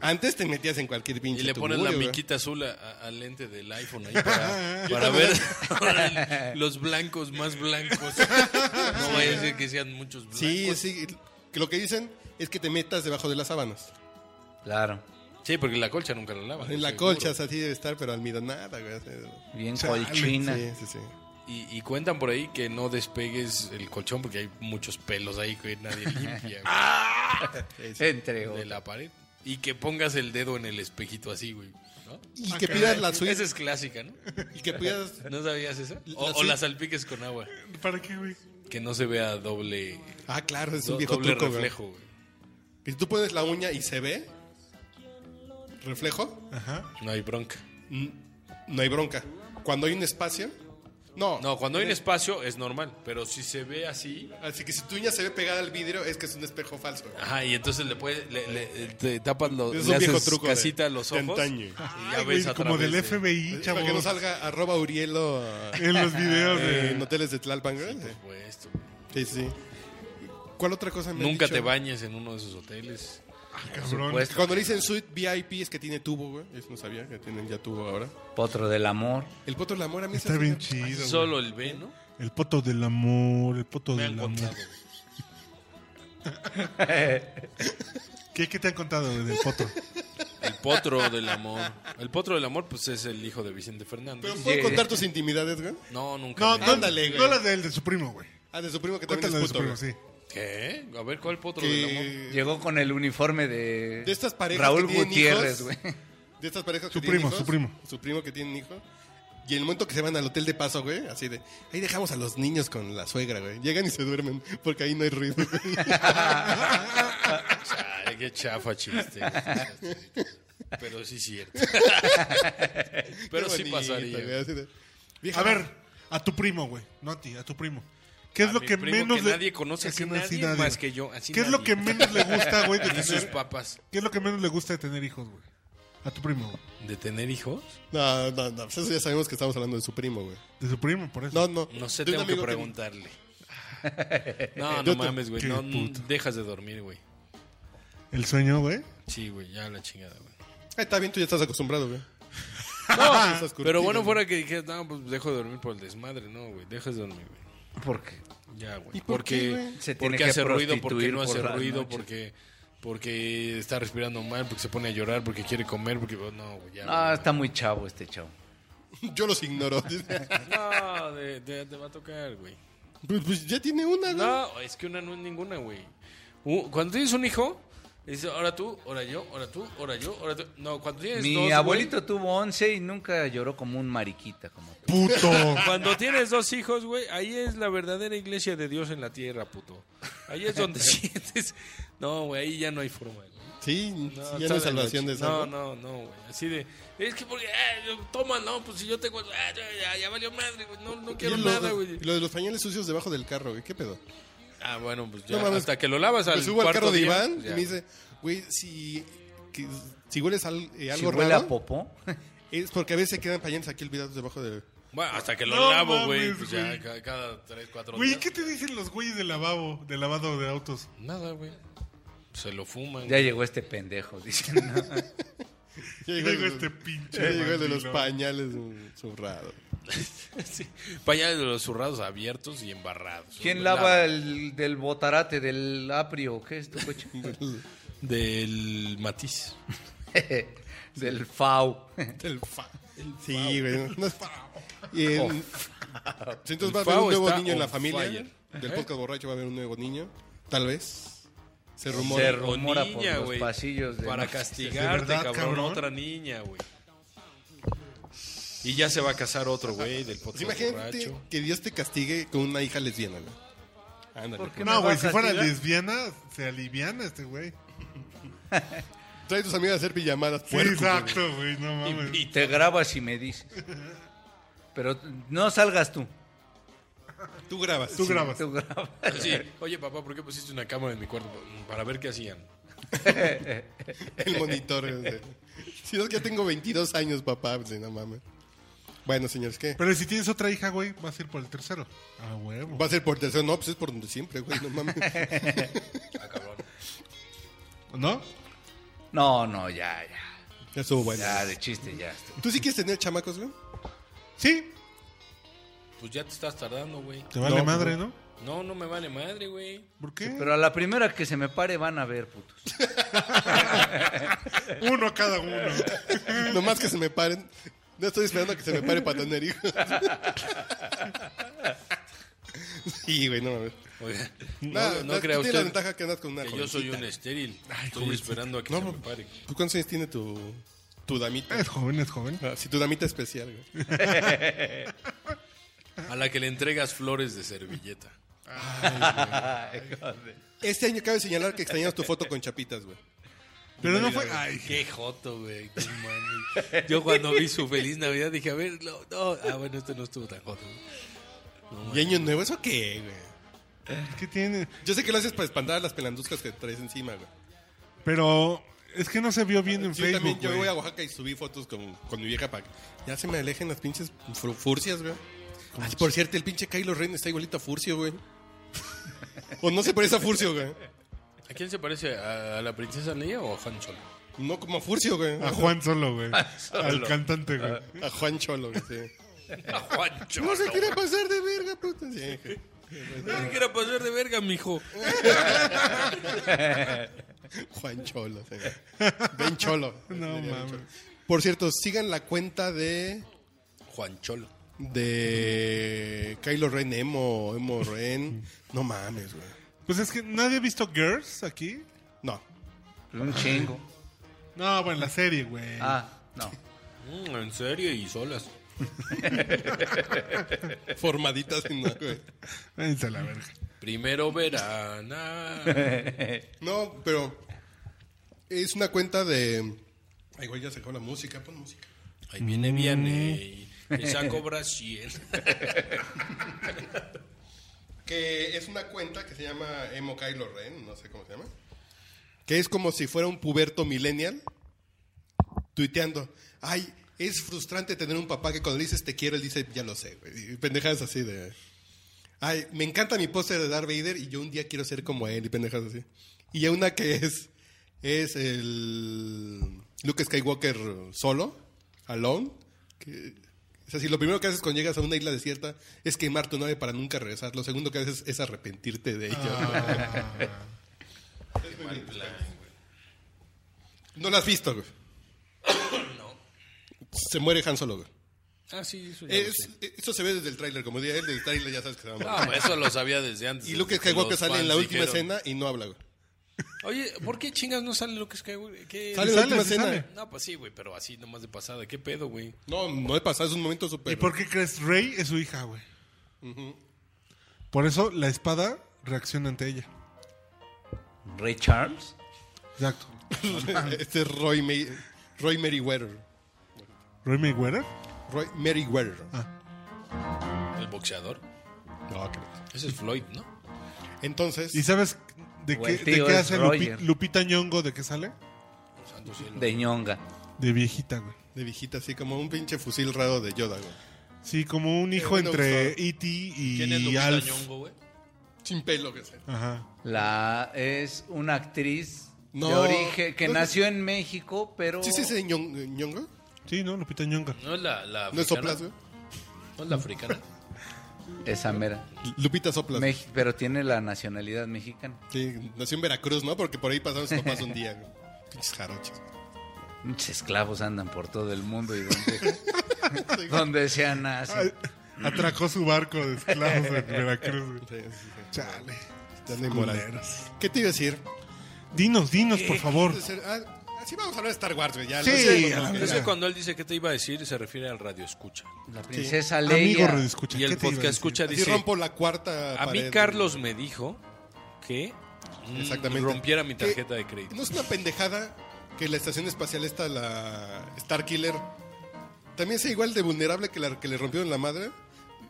Speaker 1: Antes te metías en cualquier pinche ¿eh?
Speaker 2: Y le pones la
Speaker 1: tugurio, güey.
Speaker 2: miquita azul a- a- al lente
Speaker 1: (laughs)
Speaker 2: del iPhone ahí para, para ver (laughs) los blancos más blancos. No vaya a ser que sean muchos blancos.
Speaker 1: Sí, sí. Que lo que dicen es que te metas debajo de las sábanas.
Speaker 4: Claro.
Speaker 2: Sí, porque la colcha nunca la lavan.
Speaker 1: En la
Speaker 2: seguro.
Speaker 1: colcha, así debe estar, pero almidonada, güey. así.
Speaker 4: Bien colchina.
Speaker 1: Sí, sí, sí.
Speaker 2: Y, y cuentan por ahí que no despegues el colchón porque hay muchos pelos ahí que nadie
Speaker 1: (laughs)
Speaker 2: limpia Eh,
Speaker 4: Entre
Speaker 2: güey, de
Speaker 4: otros.
Speaker 2: la pared. Y que pongas el dedo en el espejito así, güey. ¿no?
Speaker 1: Y
Speaker 3: ah,
Speaker 1: que pidas la
Speaker 2: Esa
Speaker 1: suite.
Speaker 2: es clásica, ¿no?
Speaker 1: Y que pidas
Speaker 2: (laughs) ¿No
Speaker 1: (laughs)
Speaker 2: sabías eso? O,
Speaker 1: La
Speaker 2: o
Speaker 1: suite.
Speaker 2: la salpiques con agua.
Speaker 3: ¿Para qué, güey?
Speaker 2: Que no se vea doble,
Speaker 1: Ah, claro, es un
Speaker 2: do-
Speaker 1: viejo
Speaker 2: doble
Speaker 1: truco, güey.
Speaker 2: reflejo, güey.
Speaker 1: Y si tú pones la uña y se ve reflejo,
Speaker 3: Ajá.
Speaker 2: No hay bronca.
Speaker 1: n- no hay bronca. Cuando hay un espacio, no.
Speaker 2: No, cuando hay un espacio es normal, pero si se ve así...
Speaker 1: Así que si tu uña se ve pegada al vidrio, es que es un espejo falso.
Speaker 3: Ah,
Speaker 2: Ajá, y entonces le puedes, le, le- te tapas los,
Speaker 1: Es
Speaker 2: le
Speaker 1: un viejo
Speaker 2: haces
Speaker 1: truco de-
Speaker 2: casita a los
Speaker 1: de
Speaker 2: ojos
Speaker 1: antaño.
Speaker 2: y ya ves eh,
Speaker 3: Ay, güey,
Speaker 2: a
Speaker 3: como
Speaker 2: través
Speaker 3: del
Speaker 2: de-
Speaker 3: FBI,
Speaker 1: Para que no
Speaker 3: chavos.
Speaker 1: salga arroba Urielo eh,
Speaker 3: En los videos
Speaker 2: (laughs)
Speaker 3: de...
Speaker 1: en hoteles de Tlalpan. güey.
Speaker 2: Pues esto, güey.
Speaker 1: Sí, sí. ¿Cuál otra cosa me han
Speaker 2: Nunca te
Speaker 1: dicho?
Speaker 2: bañes en uno de esos hoteles.
Speaker 3: Cabrón.
Speaker 4: supuesto.
Speaker 1: Cuando le dicen suite VIP es que tiene tubo, güey. Eso no sabía que tienen ya tubo ahora.
Speaker 4: Potro del amor.
Speaker 1: El potro del amor a mí se
Speaker 3: Está
Speaker 1: hace-
Speaker 3: bien chido, güey.
Speaker 2: Solo el B, ¿no?
Speaker 3: El poto del amor, el poto
Speaker 2: Me han
Speaker 3: del amor.
Speaker 2: contado.
Speaker 3: ¿Qué, qué te han contado güey, del poto?
Speaker 2: El potro del amor. El potro del amor, pues es el hijo de Vicente Fernández.
Speaker 1: Pero puedo
Speaker 4: Sí.
Speaker 1: contar tus intimidades, güey.
Speaker 2: No, nunca.
Speaker 3: No,
Speaker 2: me-
Speaker 3: no,
Speaker 1: (laughs) Ándale, güey.
Speaker 3: no la de él, de su primo, güey.
Speaker 1: Ah, de su primo que también
Speaker 3: Cuéntala de
Speaker 1: es
Speaker 3: su
Speaker 1: puto.
Speaker 3: primo,
Speaker 1: güey.
Speaker 3: sí.
Speaker 2: ¿Qué? A ver, ¿cuál potro del amor?
Speaker 1: Que
Speaker 4: Llegó con el uniforme de,
Speaker 1: de estas parejas
Speaker 4: Raúl
Speaker 1: que tienen
Speaker 4: Gutiérrez,
Speaker 1: hijos,
Speaker 4: güey. (laughs)
Speaker 1: De estas parejas que
Speaker 3: Su
Speaker 1: tienen
Speaker 3: primo,
Speaker 1: hijos,
Speaker 3: su primo.
Speaker 1: Su primo que tienen hijos. Y en el momento que se van al hotel de paso, güey, así de... Ahí dejamos a los niños con la suegra, güey. Llegan y se duermen porque ahí no hay ruido. güey.
Speaker 2: Chale, Pues, qué chafa chiste. Pero sí
Speaker 1: (laughs)
Speaker 2: es cierto. (laughs) Pero
Speaker 1: Qué bonito,
Speaker 2: sí
Speaker 1: güey,
Speaker 2: pasaría.
Speaker 1: así de, "Vieja,
Speaker 3: A ver, a tu primo, güey. No a ti, a tu primo. ¿Qué es
Speaker 2: A
Speaker 3: lo
Speaker 2: mi
Speaker 3: que
Speaker 2: primo
Speaker 3: menos
Speaker 2: que
Speaker 3: le...
Speaker 2: nadie conoce,
Speaker 3: que
Speaker 2: así
Speaker 3: no es
Speaker 2: nadie más que yo, así
Speaker 3: ¿Qué es lo
Speaker 2: nadie.
Speaker 3: que menos le
Speaker 2: (laughs)
Speaker 3: gusta, güey, de
Speaker 2: Y sus
Speaker 3: tener...
Speaker 2: papas.
Speaker 3: ¿Qué es lo que menos le gusta de tener hijos, güey? A tu primo, güey.
Speaker 2: ¿De tener hijos?
Speaker 1: No, no, no. pues eso ya sabemos que estamos hablando de su primo, güey.
Speaker 3: De su primo, por eso.
Speaker 1: No, no.
Speaker 2: No sé,
Speaker 1: De un
Speaker 2: tengo que
Speaker 1: amigo (laughs)
Speaker 2: preguntarle. No,
Speaker 1: Yo
Speaker 2: no
Speaker 1: te-
Speaker 2: mames, güey.
Speaker 3: qué
Speaker 2: No, no,
Speaker 3: puto.
Speaker 2: dejas de dormir, güey.
Speaker 3: El sueño, güey.
Speaker 2: Sí, güey, ya la chingada, güey.
Speaker 1: Ah, Está bien, tú ya estás acostumbrado,
Speaker 2: (laughs)
Speaker 1: güey. Estás curtido,
Speaker 2: Pero bueno
Speaker 1: güey.
Speaker 2: fuera que dijeras, no, pues dejo de dormir por el desmadre. No, güey, dejas de dormir, güey.
Speaker 4: Porque
Speaker 2: Ya, güey.
Speaker 1: ¿Y por qué,
Speaker 2: porque
Speaker 1: güey?
Speaker 4: Se tiene
Speaker 2: porque
Speaker 4: que
Speaker 2: hace ruido, porque
Speaker 4: prostituir
Speaker 2: no
Speaker 4: por
Speaker 2: hace
Speaker 4: las
Speaker 2: ruido,
Speaker 4: noches.
Speaker 2: porque porque está respirando mal, porque se pone a llorar, porque quiere comer, porque oh, no, güey, ya.
Speaker 4: Ah, está muy chavo este chavo.
Speaker 1: Yo los ignoro.
Speaker 2: (laughs) güey. No, de- de- te va a tocar, güey.
Speaker 1: pues, pues ya tiene una, güey.
Speaker 2: No, es que una no es ninguna, güey. U- Cuando Uh, tienes un hijo, Le dice, ahora tú, ahora yo, ahora tú, ahora yo, ahora tú. No, cuando tienes
Speaker 4: Mi
Speaker 2: dos. güey,
Speaker 4: abuelito tuvo 11 y nunca lloró como un mariquita. Como
Speaker 2: (laughs)
Speaker 4: tú.
Speaker 3: Puto.
Speaker 2: Cuando tienes dos hijos, güey, ahí es la verdadera iglesia de Dios en la tierra, puto. Ahí es
Speaker 4: (laughs)
Speaker 2: donde sientes. No, güey, ahí ya no hay forma, güey.
Speaker 1: Sí, ya no
Speaker 2: No, está de
Speaker 1: hay salvación
Speaker 2: la
Speaker 1: de
Speaker 2: ch-
Speaker 1: esa.
Speaker 2: No, no, no, güey. Así de. Es que porque. ah, yo- toma, no, pues si yo tengo. ah, ya, ya, ya valió madre, güey. No, no
Speaker 1: Y
Speaker 2: quiero
Speaker 1: lo,
Speaker 2: nada, güey.
Speaker 1: y lo de los pañales sucios debajo del carro, güey, ¿qué pedo?
Speaker 2: Ah, bueno, pues ya.
Speaker 1: No mames.
Speaker 2: hasta que lo lavas al
Speaker 1: Me subo al
Speaker 2: cuarto
Speaker 1: carro de
Speaker 2: día,
Speaker 1: Iván
Speaker 2: ya,
Speaker 1: y me dice, güey, si, que- si hueles al- eh,
Speaker 4: Si
Speaker 1: algo
Speaker 4: huele a
Speaker 1: raro,
Speaker 4: popó. (laughs)
Speaker 1: es porque a veces se quedan pañales aquí olvidados debajo de...
Speaker 2: Bueno, hasta que lo
Speaker 3: No
Speaker 2: lavo, güey.
Speaker 3: mames,
Speaker 2: Pues
Speaker 3: güey.
Speaker 2: ya, ca- cada tres, cuatro
Speaker 3: Güey,
Speaker 2: días.
Speaker 3: ¿qué te dicen los güeyes de lavabo, de lavado de autos?
Speaker 2: Nada, güey. Se lo fuman.
Speaker 4: Ya llegó este pendejo, (laughs) dicen.
Speaker 2: (laughs)
Speaker 4: ¿no?
Speaker 1: Ya
Speaker 3: Digo,
Speaker 1: llegó el-
Speaker 3: este pinche.
Speaker 1: ya llegó el de los
Speaker 3: mandilón.
Speaker 1: pañales mm, zurrado.
Speaker 2: Sí. Pañales de los zurrados abiertos y embarrados.
Speaker 4: ¿Quién
Speaker 2: Lava.
Speaker 4: lava el del botarate, del aprio? ¿Qué es tu
Speaker 2: (laughs)
Speaker 4: coche?
Speaker 2: Del matiz.
Speaker 4: del FAU.
Speaker 1: El fa. Sí, güey. No es fa. Y el- Sí, entonces va a haber
Speaker 2: Oh. El fao
Speaker 1: un nuevo
Speaker 2: está
Speaker 1: niño en la
Speaker 2: on
Speaker 1: familia.
Speaker 2: fire.
Speaker 1: Del podcast borracho va a haber un nuevo niño. Tal vez. Se rumora.
Speaker 4: Se rumora
Speaker 2: O
Speaker 4: por los
Speaker 2: güey,
Speaker 4: pasillos. De...
Speaker 2: Para
Speaker 3: ¿De
Speaker 2: castigarte,
Speaker 3: verdad,
Speaker 2: cabrón,
Speaker 3: cabrón?
Speaker 2: otra niña, güey. Y ya se va a casar otro, güey, del
Speaker 1: Pues
Speaker 2: podcast
Speaker 1: imagínate
Speaker 2: borracho.
Speaker 1: que Dios te castigue con una hija lesbiana, güey. Ándale.
Speaker 4: ¿Por qué me
Speaker 3: No, güey,
Speaker 4: vas
Speaker 3: si
Speaker 4: a
Speaker 3: fuera
Speaker 4: tirar?
Speaker 3: lesbiana, se aliviana este güey.
Speaker 1: Trae a tus amigas a hacer pijamadas.
Speaker 3: Sí,
Speaker 1: puerco, güey.
Speaker 3: exacto, güey, no mames.
Speaker 2: Y-
Speaker 4: Te grabas y me dices. Pero no salgas tú.
Speaker 1: Tú grabas.
Speaker 3: Tú grabas.
Speaker 4: Tú grabas. (laughs)
Speaker 2: Sí. Oye, papá, ¿por qué pusiste una cámara en mi cuarto? Para ver qué hacían.
Speaker 1: El monitor. güey. si no, es que ya tengo 22 años, papá. Pues, no mames. Bueno, señores, ¿qué?
Speaker 3: Pero si tienes otra hija, güey, vas a ir por el tercero. Ah, huevo.
Speaker 1: Va a ser por tercero. No, pues es por donde siempre, güey. No
Speaker 2: (laughs)
Speaker 1: mames.
Speaker 2: Ah, cabrón.
Speaker 3: ¿No?
Speaker 4: No, no, ya, ya.
Speaker 1: Ya estuvo bueno.
Speaker 4: Ya, de chiste, ya. estuvo.
Speaker 1: ¿Tú sí quieres tener chamacos, güey?
Speaker 3: Sí,
Speaker 2: Pues ya te estás tardando, güey.
Speaker 3: te vale
Speaker 1: No,
Speaker 3: madre, ¿no?
Speaker 2: No, no me vale madre, güey.
Speaker 3: ¿Por qué?
Speaker 4: Pero a la primera que se me pare van a ver, putos.
Speaker 3: Uno a cada uno.
Speaker 1: Nomás que se me paren. No estoy esperando a que se me pare para tener
Speaker 2: (laughs)
Speaker 1: hijos. sí, güey, no mames.
Speaker 2: Oiga,
Speaker 1: Nada,
Speaker 2: no, no,
Speaker 1: nada,
Speaker 2: crea
Speaker 1: tú Tienes la
Speaker 2: usted
Speaker 1: ventaja que andas con una
Speaker 2: que yo soy un
Speaker 1: jovencita.
Speaker 2: estéril. Estoy esperando a que
Speaker 1: No,
Speaker 2: se me
Speaker 1: no.
Speaker 2: pare.
Speaker 1: ¿Tú cuántos años tiene tu, tu damita?
Speaker 3: Es joven, es joven.
Speaker 1: Ah, sí, tu damita especial, güey.
Speaker 2: A la que le entregas flores de servilleta.
Speaker 1: Este año cabe señalar que extrañas tu foto con chapitas, güey.
Speaker 3: Pero no fue. Ay,
Speaker 2: Qué joto, güey. qué mami. Yo cuando vi su feliz Navidad dije, a ver, no, no. Ah, bueno, este no estuvo tan joto.
Speaker 1: ¿Y año nuevo eso qué, güey?
Speaker 3: ¿qué tiene?
Speaker 1: Yo sé que lo haces para espantar a las pelanduzcas que traes encima, güey.
Speaker 3: Pero es que no se vio bien en
Speaker 1: Sí, Yo
Speaker 3: Facebook.
Speaker 1: también, yo
Speaker 3: güey.
Speaker 1: voy a Oaxaca y subí fotos con, con mi vieja para que ya se me alejen las pinches fru- furcias, güey. Ay, por cierto, el pinche Kylo Ren está igualito a Furcio, güey. o no se parece a Furcio, güey.
Speaker 2: ¿A quién se parece? ¿A, a la princesa Leia o a Han Solo?
Speaker 1: No como a Furcio, güey.
Speaker 3: A Juan solo, güey. Al cantante, güey.
Speaker 1: A Juan Cholo, güey, sí.
Speaker 2: A (laughs) Juan Solo.
Speaker 1: No se quiere pasar de verga, puta. Sí, güey.
Speaker 2: No le quiera pasar de verga, mijo.
Speaker 1: Juan Cholo, sí. Ben Cholo.
Speaker 3: (laughs)
Speaker 1: Sería
Speaker 3: No
Speaker 1: Ben
Speaker 3: mames.
Speaker 1: Cholo. Por cierto, sigan la cuenta de...
Speaker 2: Juan Cholo.
Speaker 1: De Kylo Ren, Emo, Emo Ren. No mames, güey.
Speaker 3: Pues es que nadie ha visto Girls aquí.
Speaker 1: No.
Speaker 4: Un
Speaker 2: (laughs)
Speaker 4: chingo.
Speaker 3: No, bueno, la serie, güey.
Speaker 4: Ah, no.
Speaker 2: Mm, en serio y solas.
Speaker 1: Formaditas, no, güey.
Speaker 3: Váyanse a la verga.
Speaker 2: Primero verana.
Speaker 1: No, pero es una cuenta de. Ay, güey, ya se acabó la música, pon música.
Speaker 2: Ahí viene
Speaker 1: Mm.
Speaker 2: Vianney. Esa
Speaker 1: (laughs)
Speaker 2: cobra 100.
Speaker 1: Que es una cuenta que se llama Emo Kylo Ren, no sé cómo se llama. Que es como si fuera un puberto millennial tuiteando. Ay, es frustrante tener un papá que cuando le dices te quiero, él dice ya lo sé, güey. Y pendejadas así de. Ay, me encanta mi póster de Darth Vader y yo un día quiero ser como él y pendejadas así. Y hay una que es. Es el. Luke Skywalker solo, alone. Que, o sea, si lo primero que haces cuando llegas a una isla desierta es quemar tu nave para nunca regresar, lo segundo que haces es arrepentirte de ello.
Speaker 3: Ah.
Speaker 1: Es muy bien. no lo has visto, güey. Se muere Han Solo, güey.
Speaker 2: Ah, sí, eso ya lo
Speaker 1: Es-
Speaker 2: sé.
Speaker 1: eso se ve desde el tráiler, como diría él, desde el tráiler ya sabes que se va a morir.
Speaker 2: No, eso lo sabía desde antes.
Speaker 1: Y Luke
Speaker 2: desde que
Speaker 1: Skywalker
Speaker 2: los
Speaker 1: sale en
Speaker 2: fans
Speaker 1: la última
Speaker 2: dijeron,
Speaker 1: escena y no habla, güey.
Speaker 2: Oye, ¿por qué chingas no sale Luke Skywalker? ¿Qué-
Speaker 1: Sale la última
Speaker 3: sí
Speaker 1: escena.
Speaker 3: sale.
Speaker 2: No, pues sí, güey, pero así nomás de pasada. ¿Qué pedo, güey?
Speaker 1: No, no he pasado, es un momento súper.
Speaker 3: ¿Y por qué crees? Rey es su hija, güey. Por eso la espada reacciona ante ella.
Speaker 4: ¿Ray Charles?
Speaker 3: Exacto.
Speaker 1: (laughs) este es Roy, May- Roy Merriweather.
Speaker 3: ¿Roy Mayweather?
Speaker 1: Roy Merriweather.
Speaker 3: Ah.
Speaker 2: ¿El boxeador?
Speaker 1: No, creo.
Speaker 2: Ese es Floyd, ¿no?
Speaker 1: Entonces,
Speaker 3: ¿Y sabes de
Speaker 4: O
Speaker 3: qué,
Speaker 4: el
Speaker 3: de
Speaker 4: tío
Speaker 3: qué
Speaker 4: es
Speaker 3: hace Lupi-
Speaker 4: Roger.
Speaker 3: Lupita Ñongo? ¿De qué sale?
Speaker 2: Santo cielo.
Speaker 4: De ñonga.
Speaker 3: De viejita, güey.
Speaker 1: de viejita, así como un pinche fusil raro de Yoda, güey.
Speaker 3: Sí, como un hijo
Speaker 1: bueno,
Speaker 3: entre
Speaker 1: doctor.
Speaker 3: E.T. y
Speaker 2: ¿Quién es Lupita
Speaker 3: Alf.
Speaker 2: Nyong'o, güey?
Speaker 1: Sin pelo, que sea.
Speaker 3: Ajá.
Speaker 4: La es una actriz
Speaker 1: No.
Speaker 4: de origen que
Speaker 1: No, no.
Speaker 4: nació en México, pero
Speaker 1: ¿Sí, sí, sí, Ñong- Ñongo?
Speaker 3: Sí, ¿no? Lupita Ñonga.
Speaker 2: ¿No es la, la
Speaker 1: ¿No es
Speaker 2: africana?
Speaker 1: Soplas, güey?
Speaker 2: ¿No es la africana?
Speaker 4: esa mera.
Speaker 1: Lupita Soplas.
Speaker 4: Mex- pero tiene la nacionalidad mexicana.
Speaker 1: Sí, nació en Veracruz, ¿no? Porque por ahí pasaron sus papás un día, (laughs) güey. Pinches jarochos.
Speaker 4: Muchos esclavos andan por todo el mundo y
Speaker 1: (laughs)
Speaker 4: donde, donde sea nace.
Speaker 3: Atracó su barco de
Speaker 2: (laughs)
Speaker 3: esclavos en Veracruz. güey.
Speaker 1: Sí, sí, sí.
Speaker 3: Chale.
Speaker 1: Ya no hay moral.
Speaker 3: Culeros.
Speaker 1: ¿Qué te iba a decir?
Speaker 3: Dinos, dinos, por favor.
Speaker 1: Puede ser- ah, sí, vamos a hablar de Star Wars, güey. Ya,
Speaker 3: Sí,
Speaker 1: lo sé,
Speaker 3: a la
Speaker 1: güey.
Speaker 2: Es
Speaker 3: verga.
Speaker 2: que cuando él dice que te iba a decir, se refiere al radio escucha.
Speaker 4: La princesa
Speaker 3: Amigo
Speaker 4: Leia.
Speaker 3: redescucha.
Speaker 2: Y
Speaker 3: ¿qué
Speaker 2: el
Speaker 3: te iba a
Speaker 2: podcast
Speaker 3: decir?
Speaker 2: escucha
Speaker 1: Así
Speaker 2: dice,
Speaker 1: rompo la cuarta
Speaker 2: a mí
Speaker 1: pared,
Speaker 2: Carlos me dijo que mm,
Speaker 1: Exactamente.
Speaker 2: rompiera mi
Speaker 1: Que-
Speaker 2: tarjeta de crédito.
Speaker 1: ¿No es una pendejada que la estación espacial esta, la Starkiller, también sea igual de vulnerable que la que le rompieron la madre?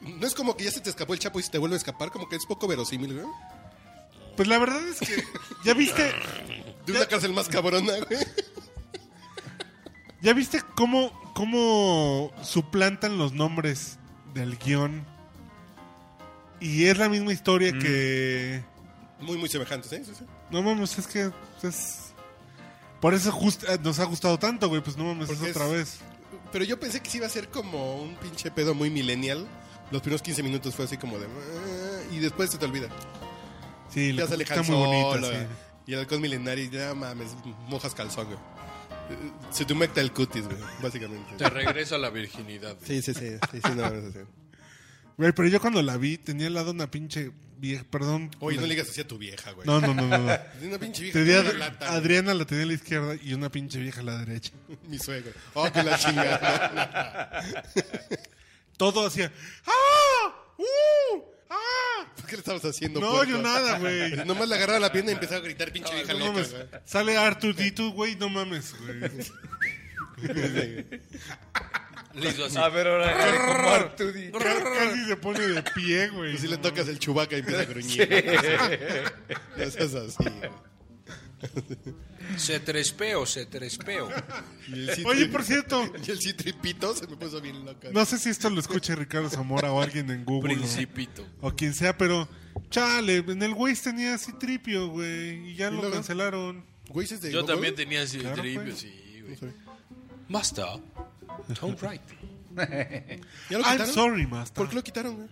Speaker 1: ¿No es como que ya se te escapó el chapo y se te vuelve a escapar? Como que es poco verosímil, güey.
Speaker 3: Pues la verdad es que ya viste,
Speaker 1: De una cárcel más cabrona, güey.
Speaker 3: ya viste cómo, cómo suplantan los nombres del guión. Y es la misma historia
Speaker 2: Mm.
Speaker 3: que...
Speaker 1: Muy, muy semejante, ¿eh? ¿sí? sí, sí.
Speaker 3: No mames, es que es... Por eso just- eh, nos ha gustado tanto, güey. Pues no mames, es
Speaker 1: Porque
Speaker 3: otra
Speaker 1: es-
Speaker 3: vez.
Speaker 1: Pero yo pensé que sí iba a ser como un pinche pedo muy millennial. Los primeros 15 minutos fue así como de... "Ah", Y después se te olvida.
Speaker 3: Sí, la
Speaker 1: ya sale
Speaker 3: está
Speaker 1: Han
Speaker 3: muy bonita,
Speaker 1: Solo,
Speaker 3: sí.
Speaker 1: Y el halcón milenario, y ya mames, mojas calzón, güey. Eh, Se te humecta el cutis, güey, básicamente.
Speaker 2: Te regresa la virginidad.
Speaker 1: Sí, sí, sí. sí, sí, no, no, sí.
Speaker 3: Güey, pero yo cuando la vi tenía al lado una pinche vieja, perdón.
Speaker 1: Oye, no
Speaker 3: Una-
Speaker 1: le digas así a tu vieja, güey.
Speaker 3: No, no, no,
Speaker 1: (laughs)
Speaker 3: no. no.
Speaker 1: Es una pinche vieja.
Speaker 3: Tenía-
Speaker 1: que me lata, güey.
Speaker 3: Adriana la tenía a la izquierda y una pinche vieja a la derecha.
Speaker 1: Mi suegro. Oh, que la
Speaker 3: (laughs)
Speaker 1: chingada.
Speaker 3: Todo hacía. ¡Ah! ¡Uh! ¡Ah!
Speaker 1: ¿Por qué le estabas haciendo,
Speaker 3: No,
Speaker 1: puerco?
Speaker 3: yo
Speaker 1: (laughs)
Speaker 3: nada, güey.
Speaker 1: Nomás le agarraba la pierna y empezaba a gritar, pinche vieja
Speaker 3: No
Speaker 1: loca,
Speaker 3: mames.
Speaker 1: güey.
Speaker 3: Sale Arthur Dito, güey, no mames, güey.
Speaker 2: Le hizo así.
Speaker 4: A ver, ahora como Artudi.
Speaker 3: Ca- Casi se pone de pie, güey.
Speaker 1: Y si Pues le tocas el chubaca y empieza a gruñir. (laughs) No seas así, güey.
Speaker 2: Se trespeo, se trespeo.
Speaker 1: Y el citri-
Speaker 3: Oye, por cierto,
Speaker 1: (laughs) Y el citripito se me puso bien loca.
Speaker 3: no sé si esto lo escucha Ricardo Zamora o alguien en Google. o-
Speaker 2: Principito.
Speaker 3: O quien sea, pero. Chale, en el Waze tenía así tripio, güey. Y ya lo
Speaker 1: luego?
Speaker 3: cancelaron.
Speaker 1: Güey, ¿sí es de
Speaker 2: Yo
Speaker 1: Google?
Speaker 2: también tenía ese
Speaker 3: Claro,
Speaker 2: tripio,
Speaker 3: pues.
Speaker 2: sí, güey. Master, Tom Wright.
Speaker 1: ¿Ya lo
Speaker 3: I'm
Speaker 1: quitaron?
Speaker 3: sorry, Master.
Speaker 1: ¿Por qué lo quitaron, güey?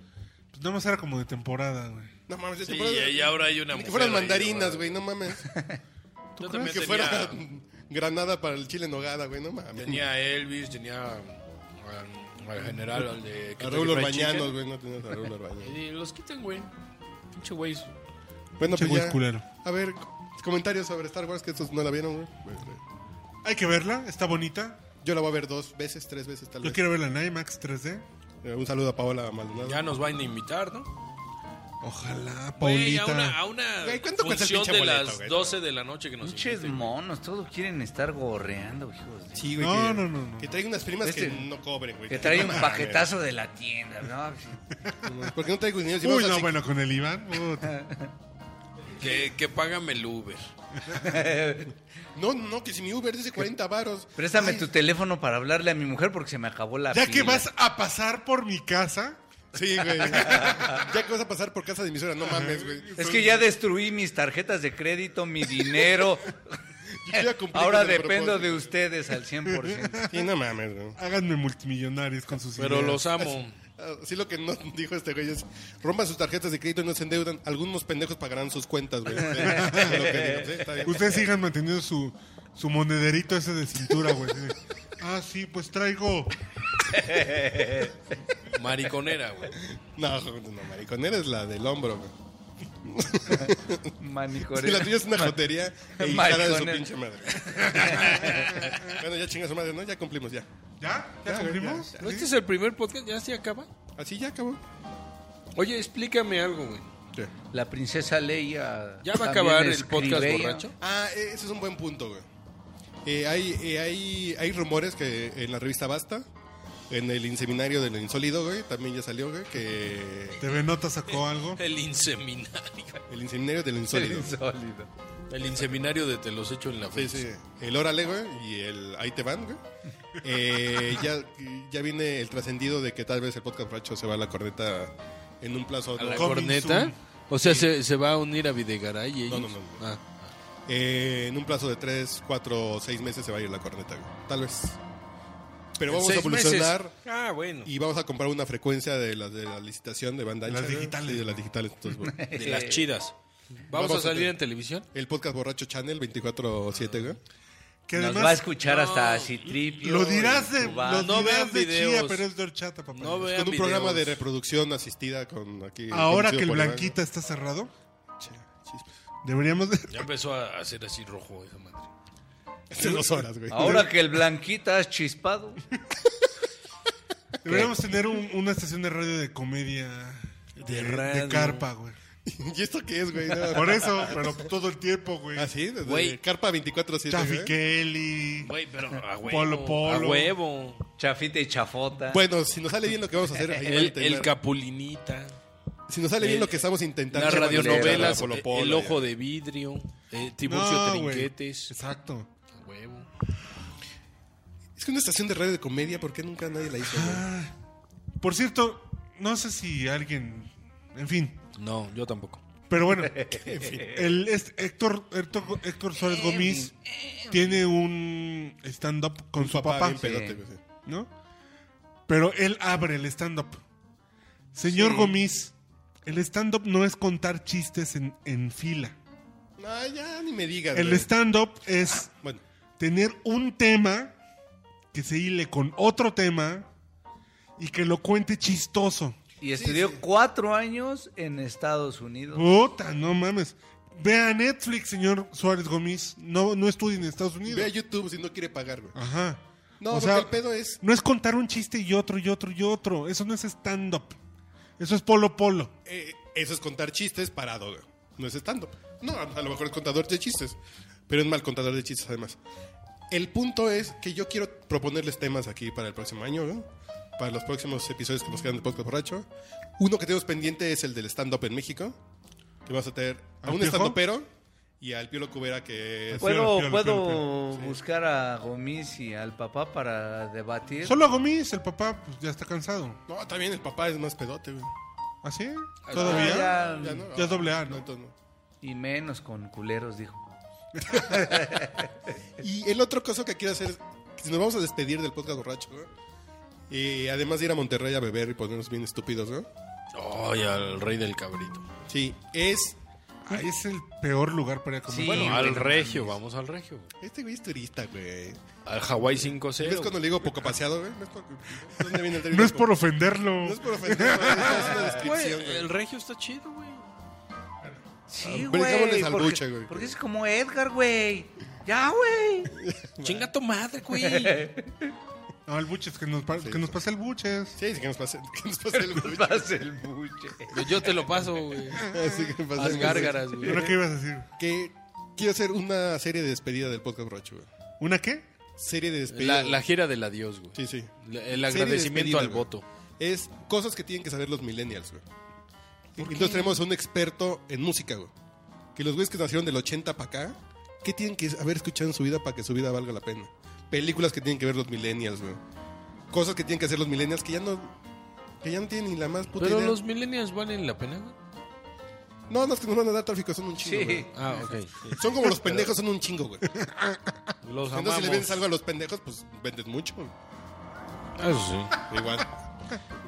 Speaker 3: Pues nada más era como de temporada, güey.
Speaker 1: No mames, de
Speaker 2: Sí,
Speaker 1: temporada-
Speaker 2: y ahora hay una
Speaker 1: Ni que
Speaker 2: mujer
Speaker 1: fueran
Speaker 2: ahí,
Speaker 1: mandarinas,
Speaker 2: ¿no?
Speaker 1: güey, no
Speaker 2: (laughs)
Speaker 1: mames.
Speaker 2: Yo
Speaker 1: Ni
Speaker 2: también
Speaker 1: que
Speaker 2: tenía,
Speaker 1: fuera (laughs) granada para el chile en nogada, güey, no mames.
Speaker 2: (laughs) tenía a Elvis, tenía um, al general, al de...
Speaker 1: A
Speaker 2: Kentucky
Speaker 1: Raúl
Speaker 2: Fried
Speaker 1: Orbañanos,
Speaker 2: Chicken.
Speaker 1: güey, no tenías a Raúl Orbañanos.
Speaker 2: Y los quitan, güey. Pinche güey.
Speaker 1: Bueno,
Speaker 3: Che,
Speaker 1: pues
Speaker 3: güey,
Speaker 1: ya.
Speaker 3: culero.
Speaker 1: A ver, comentarios sobre Star Wars que estos no la vieron, güey. eh,
Speaker 3: Hay que verla, está bonita.
Speaker 1: Yo la voy a ver dos veces, tres veces tal
Speaker 3: Yo
Speaker 1: vez.
Speaker 3: quiero verla en IMAX 3D.
Speaker 1: Eh, Un saludo a Paola Maldonado.
Speaker 2: Ya nos van a invitar, ¿no?
Speaker 3: Ojalá,
Speaker 2: Güey,
Speaker 3: Paulita.
Speaker 2: a una, a una
Speaker 1: Güey, ¿cuánto cuesta el
Speaker 2: función
Speaker 1: pinche
Speaker 2: de
Speaker 1: boleto,
Speaker 2: las
Speaker 1: güey?
Speaker 2: 12 de la noche que nos
Speaker 4: Pinches
Speaker 2: inviten.
Speaker 4: monos, todos quieren estar gorreando, hijos. de-
Speaker 1: Sí, güey.
Speaker 3: No,
Speaker 1: que,
Speaker 3: no, no, no.
Speaker 1: Que traiga unas primas que
Speaker 4: Este-
Speaker 1: no cobren, güey.
Speaker 4: Que trae un
Speaker 1: No mames.
Speaker 4: paquetazo de la tienda, ¿no?
Speaker 1: ¿Por qué no traigo dinero? Si
Speaker 3: Uy,
Speaker 1: vamos a
Speaker 3: no,
Speaker 1: cinco-
Speaker 3: bueno, con el Iván. puta.
Speaker 1: (laughs)
Speaker 2: Que, que págame el Uber.
Speaker 1: No, no, que si mi Uber dice 40 varos.
Speaker 4: Préstame
Speaker 1: Ay,
Speaker 4: tu teléfono para hablarle a mi mujer porque se me acabó la
Speaker 3: ya que
Speaker 4: pila.
Speaker 3: vas a pasar por mi casa,
Speaker 1: Sí, güey. ya que vas a pasar por casa de mi suegra, no mames, güey.
Speaker 4: Es que ya destruí mis tarjetas de crédito, mi dinero.
Speaker 1: Yo ya cumplí
Speaker 4: Ahora
Speaker 1: con el
Speaker 4: dependo de
Speaker 1: propósito.
Speaker 4: ustedes al 100%.
Speaker 1: Sí, no mames, güey.
Speaker 3: háganme multimillonarios con sus
Speaker 2: Pero
Speaker 3: ideas.
Speaker 2: los amo.
Speaker 1: Así Ah, lo que no (laughs) dijo este güey es, rompan sus tarjetas de crédito y no se endeudan. Algunos pendejos pagarán sus cuentas, güey. (laughs) Sí, lo que digo, sí, está bien.
Speaker 3: Ustedes sigan manteniendo su, su monederito ese de
Speaker 1: (laughs)
Speaker 3: cintura, güey. Así de, Ah, sí, pues traigo.
Speaker 2: Mariconera, güey.
Speaker 1: No, no, maricón, eres la del hombro, güey. Si
Speaker 4: Manicoreo.
Speaker 1: la tuya es una jotería e
Speaker 4: Mal
Speaker 1: hija de su
Speaker 4: con él.
Speaker 1: pinche madre. bueno, ya chinga su madre, ¿no? Ya cumplimos, ya.
Speaker 3: ¿Ya? ¿Ya cumplimos?
Speaker 2: ¿No este es el primer podcast? ¿Ya se acaba?
Speaker 1: Así ya acabó.
Speaker 2: Oye, explícame algo, güey.
Speaker 4: La princesa Leia.
Speaker 2: ¿Ya va a
Speaker 4: también
Speaker 2: acabar el
Speaker 4: escribía.
Speaker 2: podcast borracho?
Speaker 1: Ah, eh, ese es un buen punto, güey. Eh, hay, eh, hay, hay rumores que en la revista Basta, en el inseminario del insólido, güey, también ya salió, güey, que
Speaker 3: ¿TV Nota sacó algo?
Speaker 2: El inseminario.
Speaker 1: el inseminario del (laughs) insólido.
Speaker 4: Sólido.
Speaker 2: El inseminario de te los echo en la
Speaker 1: Sí,
Speaker 3: Pues,
Speaker 2: face.
Speaker 1: sí. El Órale, güey, y el Ahí te van,
Speaker 3: (laughs)
Speaker 1: güey. Eh, ya, ya viene el trascendido de que tal vez el podcast borracho se va a la corneta en un plazo.
Speaker 2: ¿A la
Speaker 3: Coming
Speaker 2: corneta?
Speaker 3: soon.
Speaker 2: O sea, se, se va a unir a Videgaray y
Speaker 1: No,
Speaker 2: ellos.
Speaker 1: no, no,
Speaker 2: Ah.
Speaker 1: Eh, en un plazo de 3, 4, 6 meses se va a ir la corneta, güey. Tal vez. Pero vamos a
Speaker 2: Seis meses.
Speaker 1: evolucionar
Speaker 2: Ah, bueno.
Speaker 1: y vamos a comprar una frecuencia de las de la licitación de banda
Speaker 3: De las
Speaker 1: ancha, güey.
Speaker 3: digitales.
Speaker 1: Sí, de las digitales. Entonces,
Speaker 3: (laughs)
Speaker 1: bueno.
Speaker 2: De las chidas. ¿Vamos, a
Speaker 1: Vamos a
Speaker 2: salir
Speaker 1: tener-
Speaker 2: en televisión?
Speaker 1: El podcast borracho channel 24-7, güey.
Speaker 3: Que
Speaker 4: Nos va a
Speaker 3: además
Speaker 4: escuchar hasta Citripio.
Speaker 3: lo dirás
Speaker 4: el
Speaker 3: de, lo
Speaker 4: cubano.
Speaker 2: No vean
Speaker 3: dirás de chía,
Speaker 2: videos.
Speaker 3: pero es de horchata, papá.
Speaker 2: No vean
Speaker 1: Con un programa de
Speaker 2: videos.
Speaker 1: reproducción asistida con aquí. conducido
Speaker 3: Ahora que el
Speaker 1: por Iván,
Speaker 3: Blanquita está cerrado,
Speaker 1: güey. Ch- chispa.
Speaker 3: deberíamos de...
Speaker 2: Ya empezó a hacer así rojo esa madre.
Speaker 1: Hace dos horas, güey.
Speaker 4: Ahora que el Blanquita has chispado.
Speaker 3: Deberíamos tener un- una estación de radio de comedia de,
Speaker 2: radio.
Speaker 3: de carpa, güey.
Speaker 1: (laughs) ¿Y esto qué es,
Speaker 3: (laughs)
Speaker 1: güey? No.
Speaker 3: Por eso, pero todo el tiempo, güey.
Speaker 1: Ah, sí, desde
Speaker 2: Güey.
Speaker 1: Carpa 24-7.
Speaker 3: Chafi
Speaker 1: güey.
Speaker 3: Kelly.
Speaker 2: Güey, pero a huevo.
Speaker 3: Polo, polo.
Speaker 2: A huevo.
Speaker 4: Chafita y chafota.
Speaker 1: Bueno, si nos sale bien lo que vamos a hacer, ahí van a
Speaker 2: El, el
Speaker 1: tener-
Speaker 2: capulinita.
Speaker 1: si nos sale bien lo que estamos intentando,
Speaker 2: Las
Speaker 1: van a tener
Speaker 2: radionovelas.
Speaker 1: Polo
Speaker 2: eh,
Speaker 1: Polo,
Speaker 2: el
Speaker 1: ya.
Speaker 2: ojo de vidrio. eh, Tiburcio
Speaker 3: No, güey.
Speaker 2: Trinquetes.
Speaker 3: Exacto.
Speaker 2: A huevo.
Speaker 1: Es que una estación de radio de comedia, ¿por qué nunca nadie la hizo?
Speaker 3: Ah,
Speaker 1: güey?
Speaker 3: Por cierto, no sé si alguien... En fin.
Speaker 2: No, yo tampoco.
Speaker 3: Pero bueno, (laughs) en fin, el, este, Héctor, Héctor, Héctor Suárez Gómez tiene un stand-up con su
Speaker 1: Papá,
Speaker 3: papá,
Speaker 1: bien pedote, güey, sí.
Speaker 3: ¿no? Pero él abre el stand-up. Señor Gómez, el stand-up no es contar chistes en, en fila.
Speaker 1: No, Ah, ya ni me digas.
Speaker 3: El
Speaker 1: güey.
Speaker 3: stand-up es
Speaker 1: Bueno,
Speaker 3: tener un tema que se hile con otro tema y que lo cuente chistoso.
Speaker 4: y estudió cuatro años en Estados Unidos.
Speaker 3: Puta, no mames. Vea Netflix, señor Suárez Gómez. No, no estudien en Estados Unidos.
Speaker 1: ve a YouTube si no quiere pagar, güey.
Speaker 3: Ajá.
Speaker 1: No,
Speaker 3: Ah. O
Speaker 1: porque
Speaker 3: sea,
Speaker 1: el pedo es.
Speaker 3: no es contar un chiste y otro y otro y otro. Eso no es stand-up. Eso es polo polo.
Speaker 1: eh, eso es contar chistes parado, güey. No es estando. No, a, a lo mejor es contador de chistes. Pero es mal contador de chistes, además. El punto es que yo quiero proponerles temas aquí para el próximo año, ¿no? Para los próximos episodios que nos quedan de Podcast Borracho. Uno que tenemos pendiente es el del stand-up en México. Que vas a tener a
Speaker 3: ¿Al
Speaker 1: un
Speaker 3: Piojo?
Speaker 1: stand-upero y al Piolo Cubera que es
Speaker 4: ¿Puedo,
Speaker 3: piola,
Speaker 4: puedo
Speaker 3: piola,
Speaker 4: buscar a Gomis y al papá para debatir?
Speaker 3: Solo a Gomis, el papá, pues ya está cansado.
Speaker 1: No, también el papá es más pedote, güey.
Speaker 3: ¿Así?
Speaker 4: Ah,
Speaker 3: ¿Todavía?
Speaker 4: ya,
Speaker 1: Ya no.
Speaker 3: Ya es doble A, ¿no?
Speaker 1: entonces no.
Speaker 4: Y menos con culeros, dijo.
Speaker 1: Y el otro cosa que quiero hacer es que nos vamos a despedir del podcast borracho, ¿no? Y además de ir a Monterrey a beber y ponernos bien estúpidos, ¿no?
Speaker 2: Ay, al rey del cabrito.
Speaker 1: Sí, es.
Speaker 3: Ahí es el peor lugar para ir a comer.
Speaker 4: Sí.
Speaker 3: Bueno,
Speaker 4: güey,
Speaker 2: al
Speaker 4: no
Speaker 2: regio, vamos al regio. güey.
Speaker 1: Este güey es turista, güey.
Speaker 2: Al Hawái
Speaker 1: ¿Ves
Speaker 2: 5-0.
Speaker 1: cuando le digo poco paseado, güey? ¿No es por- ¿Dónde viene el término?
Speaker 3: (laughs) no es por ofenderlo.
Speaker 1: No es por ofender, güey, es una
Speaker 2: Güey,
Speaker 1: descripción, güey.
Speaker 2: el regio está chido, güey.
Speaker 4: Sí,
Speaker 1: Ah,
Speaker 4: güey.
Speaker 1: brincámosles al
Speaker 4: Porque,
Speaker 1: buche, güey.
Speaker 4: porque es como Edgar, güey. Ya, güey.
Speaker 2: Chinga tu madre, güey.
Speaker 3: No, el buches, que nos, pa- que nos pase el buches.
Speaker 1: Sí, sí, que nos pase, que nos pase el
Speaker 2: (laughs)
Speaker 1: güey.
Speaker 4: (laughs) Vas el buche.
Speaker 2: Yo te lo paso,
Speaker 1: (laughs)
Speaker 2: güey.
Speaker 1: Así que pase
Speaker 2: Las
Speaker 1: el-
Speaker 2: gárgaras, güey.
Speaker 3: ¿Ahora qué ibas a decir?
Speaker 1: Que quiero hacer una serie de despedida del podcast borracho, güey.
Speaker 3: ¿Una qué?
Speaker 1: Serie de despedida.
Speaker 2: La, la gira del adiós, güey.
Speaker 1: Sí, sí.
Speaker 2: La- El
Speaker 1: Serie
Speaker 2: agradecimiento
Speaker 1: despedida,
Speaker 2: al
Speaker 1: güey.
Speaker 2: voto.
Speaker 1: Es cosas que tienen que saber los millennials, güey. Entonces tenemos un experto en música, güey. Que los güeyes que nacieron del 80 para acá, ¿qué tienen que haber escuchado en su vida para que su vida valga la pena? Películas que tienen que ver los millennials, güey. Cosas que tienen que hacer los millennials que ya no que ya no tienen ni la más puta
Speaker 2: Pero
Speaker 1: idea.
Speaker 2: los millennials valen la pena, güey.
Speaker 1: No, no es que nos van a dar tráfico, son un chingo.
Speaker 4: Sí.
Speaker 1: güey.
Speaker 2: Ah, ok. sí.
Speaker 1: Son como los pendejos, son un chingo,
Speaker 2: (laughs)
Speaker 1: güey.
Speaker 2: Los
Speaker 1: Entonces, si le vendes
Speaker 2: amamos.
Speaker 1: algo a los pendejos, pues vendes mucho. güey.
Speaker 2: Ah, eso
Speaker 1: (laughs)
Speaker 2: sí.
Speaker 1: Igual.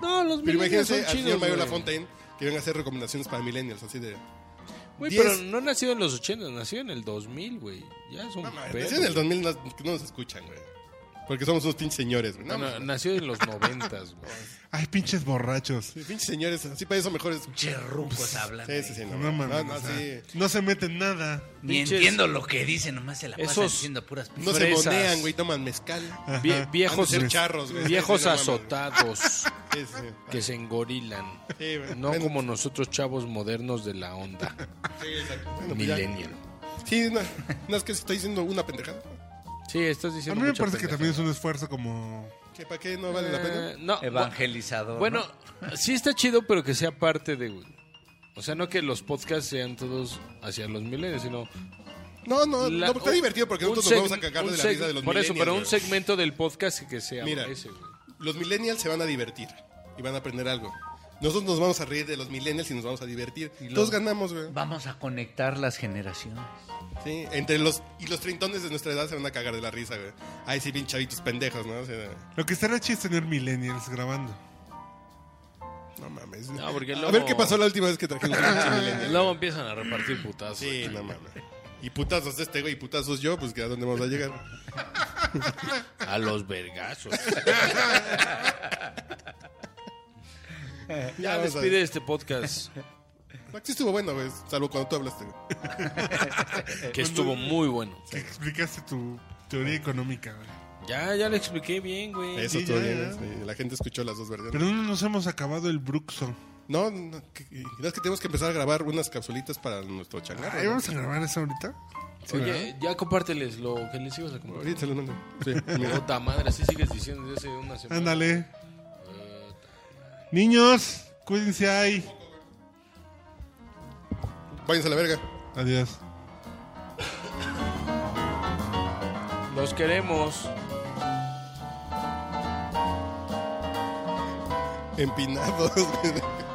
Speaker 2: No, los
Speaker 1: Pero
Speaker 2: millennials
Speaker 1: imagínense
Speaker 2: son
Speaker 1: al señor
Speaker 2: chidos,
Speaker 1: Mario
Speaker 2: güey.
Speaker 1: Lafontaine que venga a hacer recomendaciones para millennials, así de.
Speaker 2: Güey,
Speaker 1: Diez-
Speaker 2: pero no nacido en los 80, nacido en el 2000, güey. Ya es un
Speaker 1: No, mames,
Speaker 2: pedo,
Speaker 1: en el
Speaker 2: güey.
Speaker 1: 2000 no, no nos escuchan, güey. Porque somos unos pinches señores, güey. No,
Speaker 2: Bueno, nació en los noventas,
Speaker 1: (laughs)
Speaker 2: güey.
Speaker 3: Ay, pinches borrachos.
Speaker 1: sí, pinches señores, así para eso mejor es.
Speaker 6: Cherrucos hablan.
Speaker 1: Sí, sí, sí. No,
Speaker 3: No mames.
Speaker 1: no, no,
Speaker 3: o sea,
Speaker 1: sí.
Speaker 3: no se meten nada.
Speaker 6: Ni
Speaker 2: Pinches-
Speaker 6: entiendo lo que dicen, nomás se la pasan
Speaker 2: Esos-
Speaker 6: diciendo puras p-
Speaker 1: No se
Speaker 2: Fresas.
Speaker 1: monean, güey, toman mezcal.
Speaker 2: Vie-
Speaker 3: Ajá.
Speaker 1: Viejos
Speaker 2: viejos
Speaker 1: ser charros, güey.
Speaker 2: viejos
Speaker 1: Sí, (laughs) no mames.
Speaker 2: azotados
Speaker 1: Sí, sí, sí.
Speaker 2: que se engorilan.
Speaker 1: (laughs) Sí, güey.
Speaker 2: No
Speaker 1: Bueno,
Speaker 2: como nosotros chavos modernos de
Speaker 1: (laughs)
Speaker 2: la onda.
Speaker 1: bueno, pues ya.
Speaker 2: Millennial.
Speaker 1: Sí, no, no es que estoy diciendo una pendejada.
Speaker 2: Sí, estás
Speaker 3: A
Speaker 2: diciendo
Speaker 3: mí me
Speaker 2: mucha
Speaker 3: parece que también
Speaker 2: pendejada.
Speaker 3: es un esfuerzo como...
Speaker 1: ¿Que ¿Para qué no vale la pena?
Speaker 2: Eh, no,
Speaker 6: evangelizador.
Speaker 2: Bueno,
Speaker 6: ¿no?
Speaker 2: sí está chido, pero que sea parte de. O sea, no que los podcasts sean todos hacia los milenios, sino.
Speaker 1: No, no,
Speaker 2: la-
Speaker 1: no, está
Speaker 2: un-
Speaker 1: divertido porque
Speaker 2: un
Speaker 1: nosotros nos
Speaker 2: seg-
Speaker 1: vamos a cagar
Speaker 2: un
Speaker 1: de la
Speaker 2: seg-
Speaker 1: risa de los
Speaker 2: Por eso, pero un
Speaker 1: millennials, güey.
Speaker 2: segmento del podcast que sea
Speaker 1: Mira.
Speaker 2: ese, güey.
Speaker 1: Los millennials se van a divertir y van a aprender algo. Nosotros nos vamos a reír de los millennials y nos vamos a divertir. Todos ganamos, güey.
Speaker 6: Vamos a conectar las generaciones.
Speaker 1: Sí, entre los y los treintones de nuestra edad se van a cagar de la risa, güey. Ay, sí, bien chavitos pendejos, ¿no? O sea,
Speaker 3: Lo que estaría chido es tener millennials grabando.
Speaker 1: no mames.
Speaker 2: No, porque
Speaker 1: a
Speaker 2: luego-
Speaker 1: ver qué pasó la última vez que trajimos un pinche
Speaker 3: (laughs)
Speaker 1: millennial.
Speaker 2: Luego empiezan a repartir putazos.
Speaker 1: Sí, no mames. Y putazos este güey y putazos yo, pues que a dónde vamos a llegar.
Speaker 2: A
Speaker 1: (laughs)
Speaker 2: los vergazos. ya
Speaker 1: vamos a-
Speaker 2: despide este podcast
Speaker 1: No, sí estuvo bueno, güey, salvo cuando tú hablaste. güey. Eh,
Speaker 2: que estuvo muy bueno.
Speaker 3: Que explicaste tu teoría económica. güey.
Speaker 2: Ya, ya lo expliqué bien, güey.
Speaker 1: Eso
Speaker 3: sí,
Speaker 1: todo
Speaker 3: ya,
Speaker 1: bien,
Speaker 3: ya.
Speaker 1: sí, la gente escuchó las dos versiones.
Speaker 3: Pero no nos hemos acabado el Bruxo.
Speaker 1: No, no, que, que- no, es que tenemos que empezar a grabar unas capsulitas para nuestro changarro.
Speaker 3: Ahí
Speaker 1: ¿no?
Speaker 3: vamos a grabar eso ahorita.
Speaker 2: Oye, ya compárteles lo que les ibas a compartir.
Speaker 1: Ahorita se los mando. Sí, mira.
Speaker 2: Puta madre, así sigues diciendo desde hace una semana.
Speaker 3: Ándale. Niños, cuídense ahí.
Speaker 1: Váyanse a la verga.
Speaker 3: Adiós.
Speaker 2: Los queremos.
Speaker 1: Empinados. güey.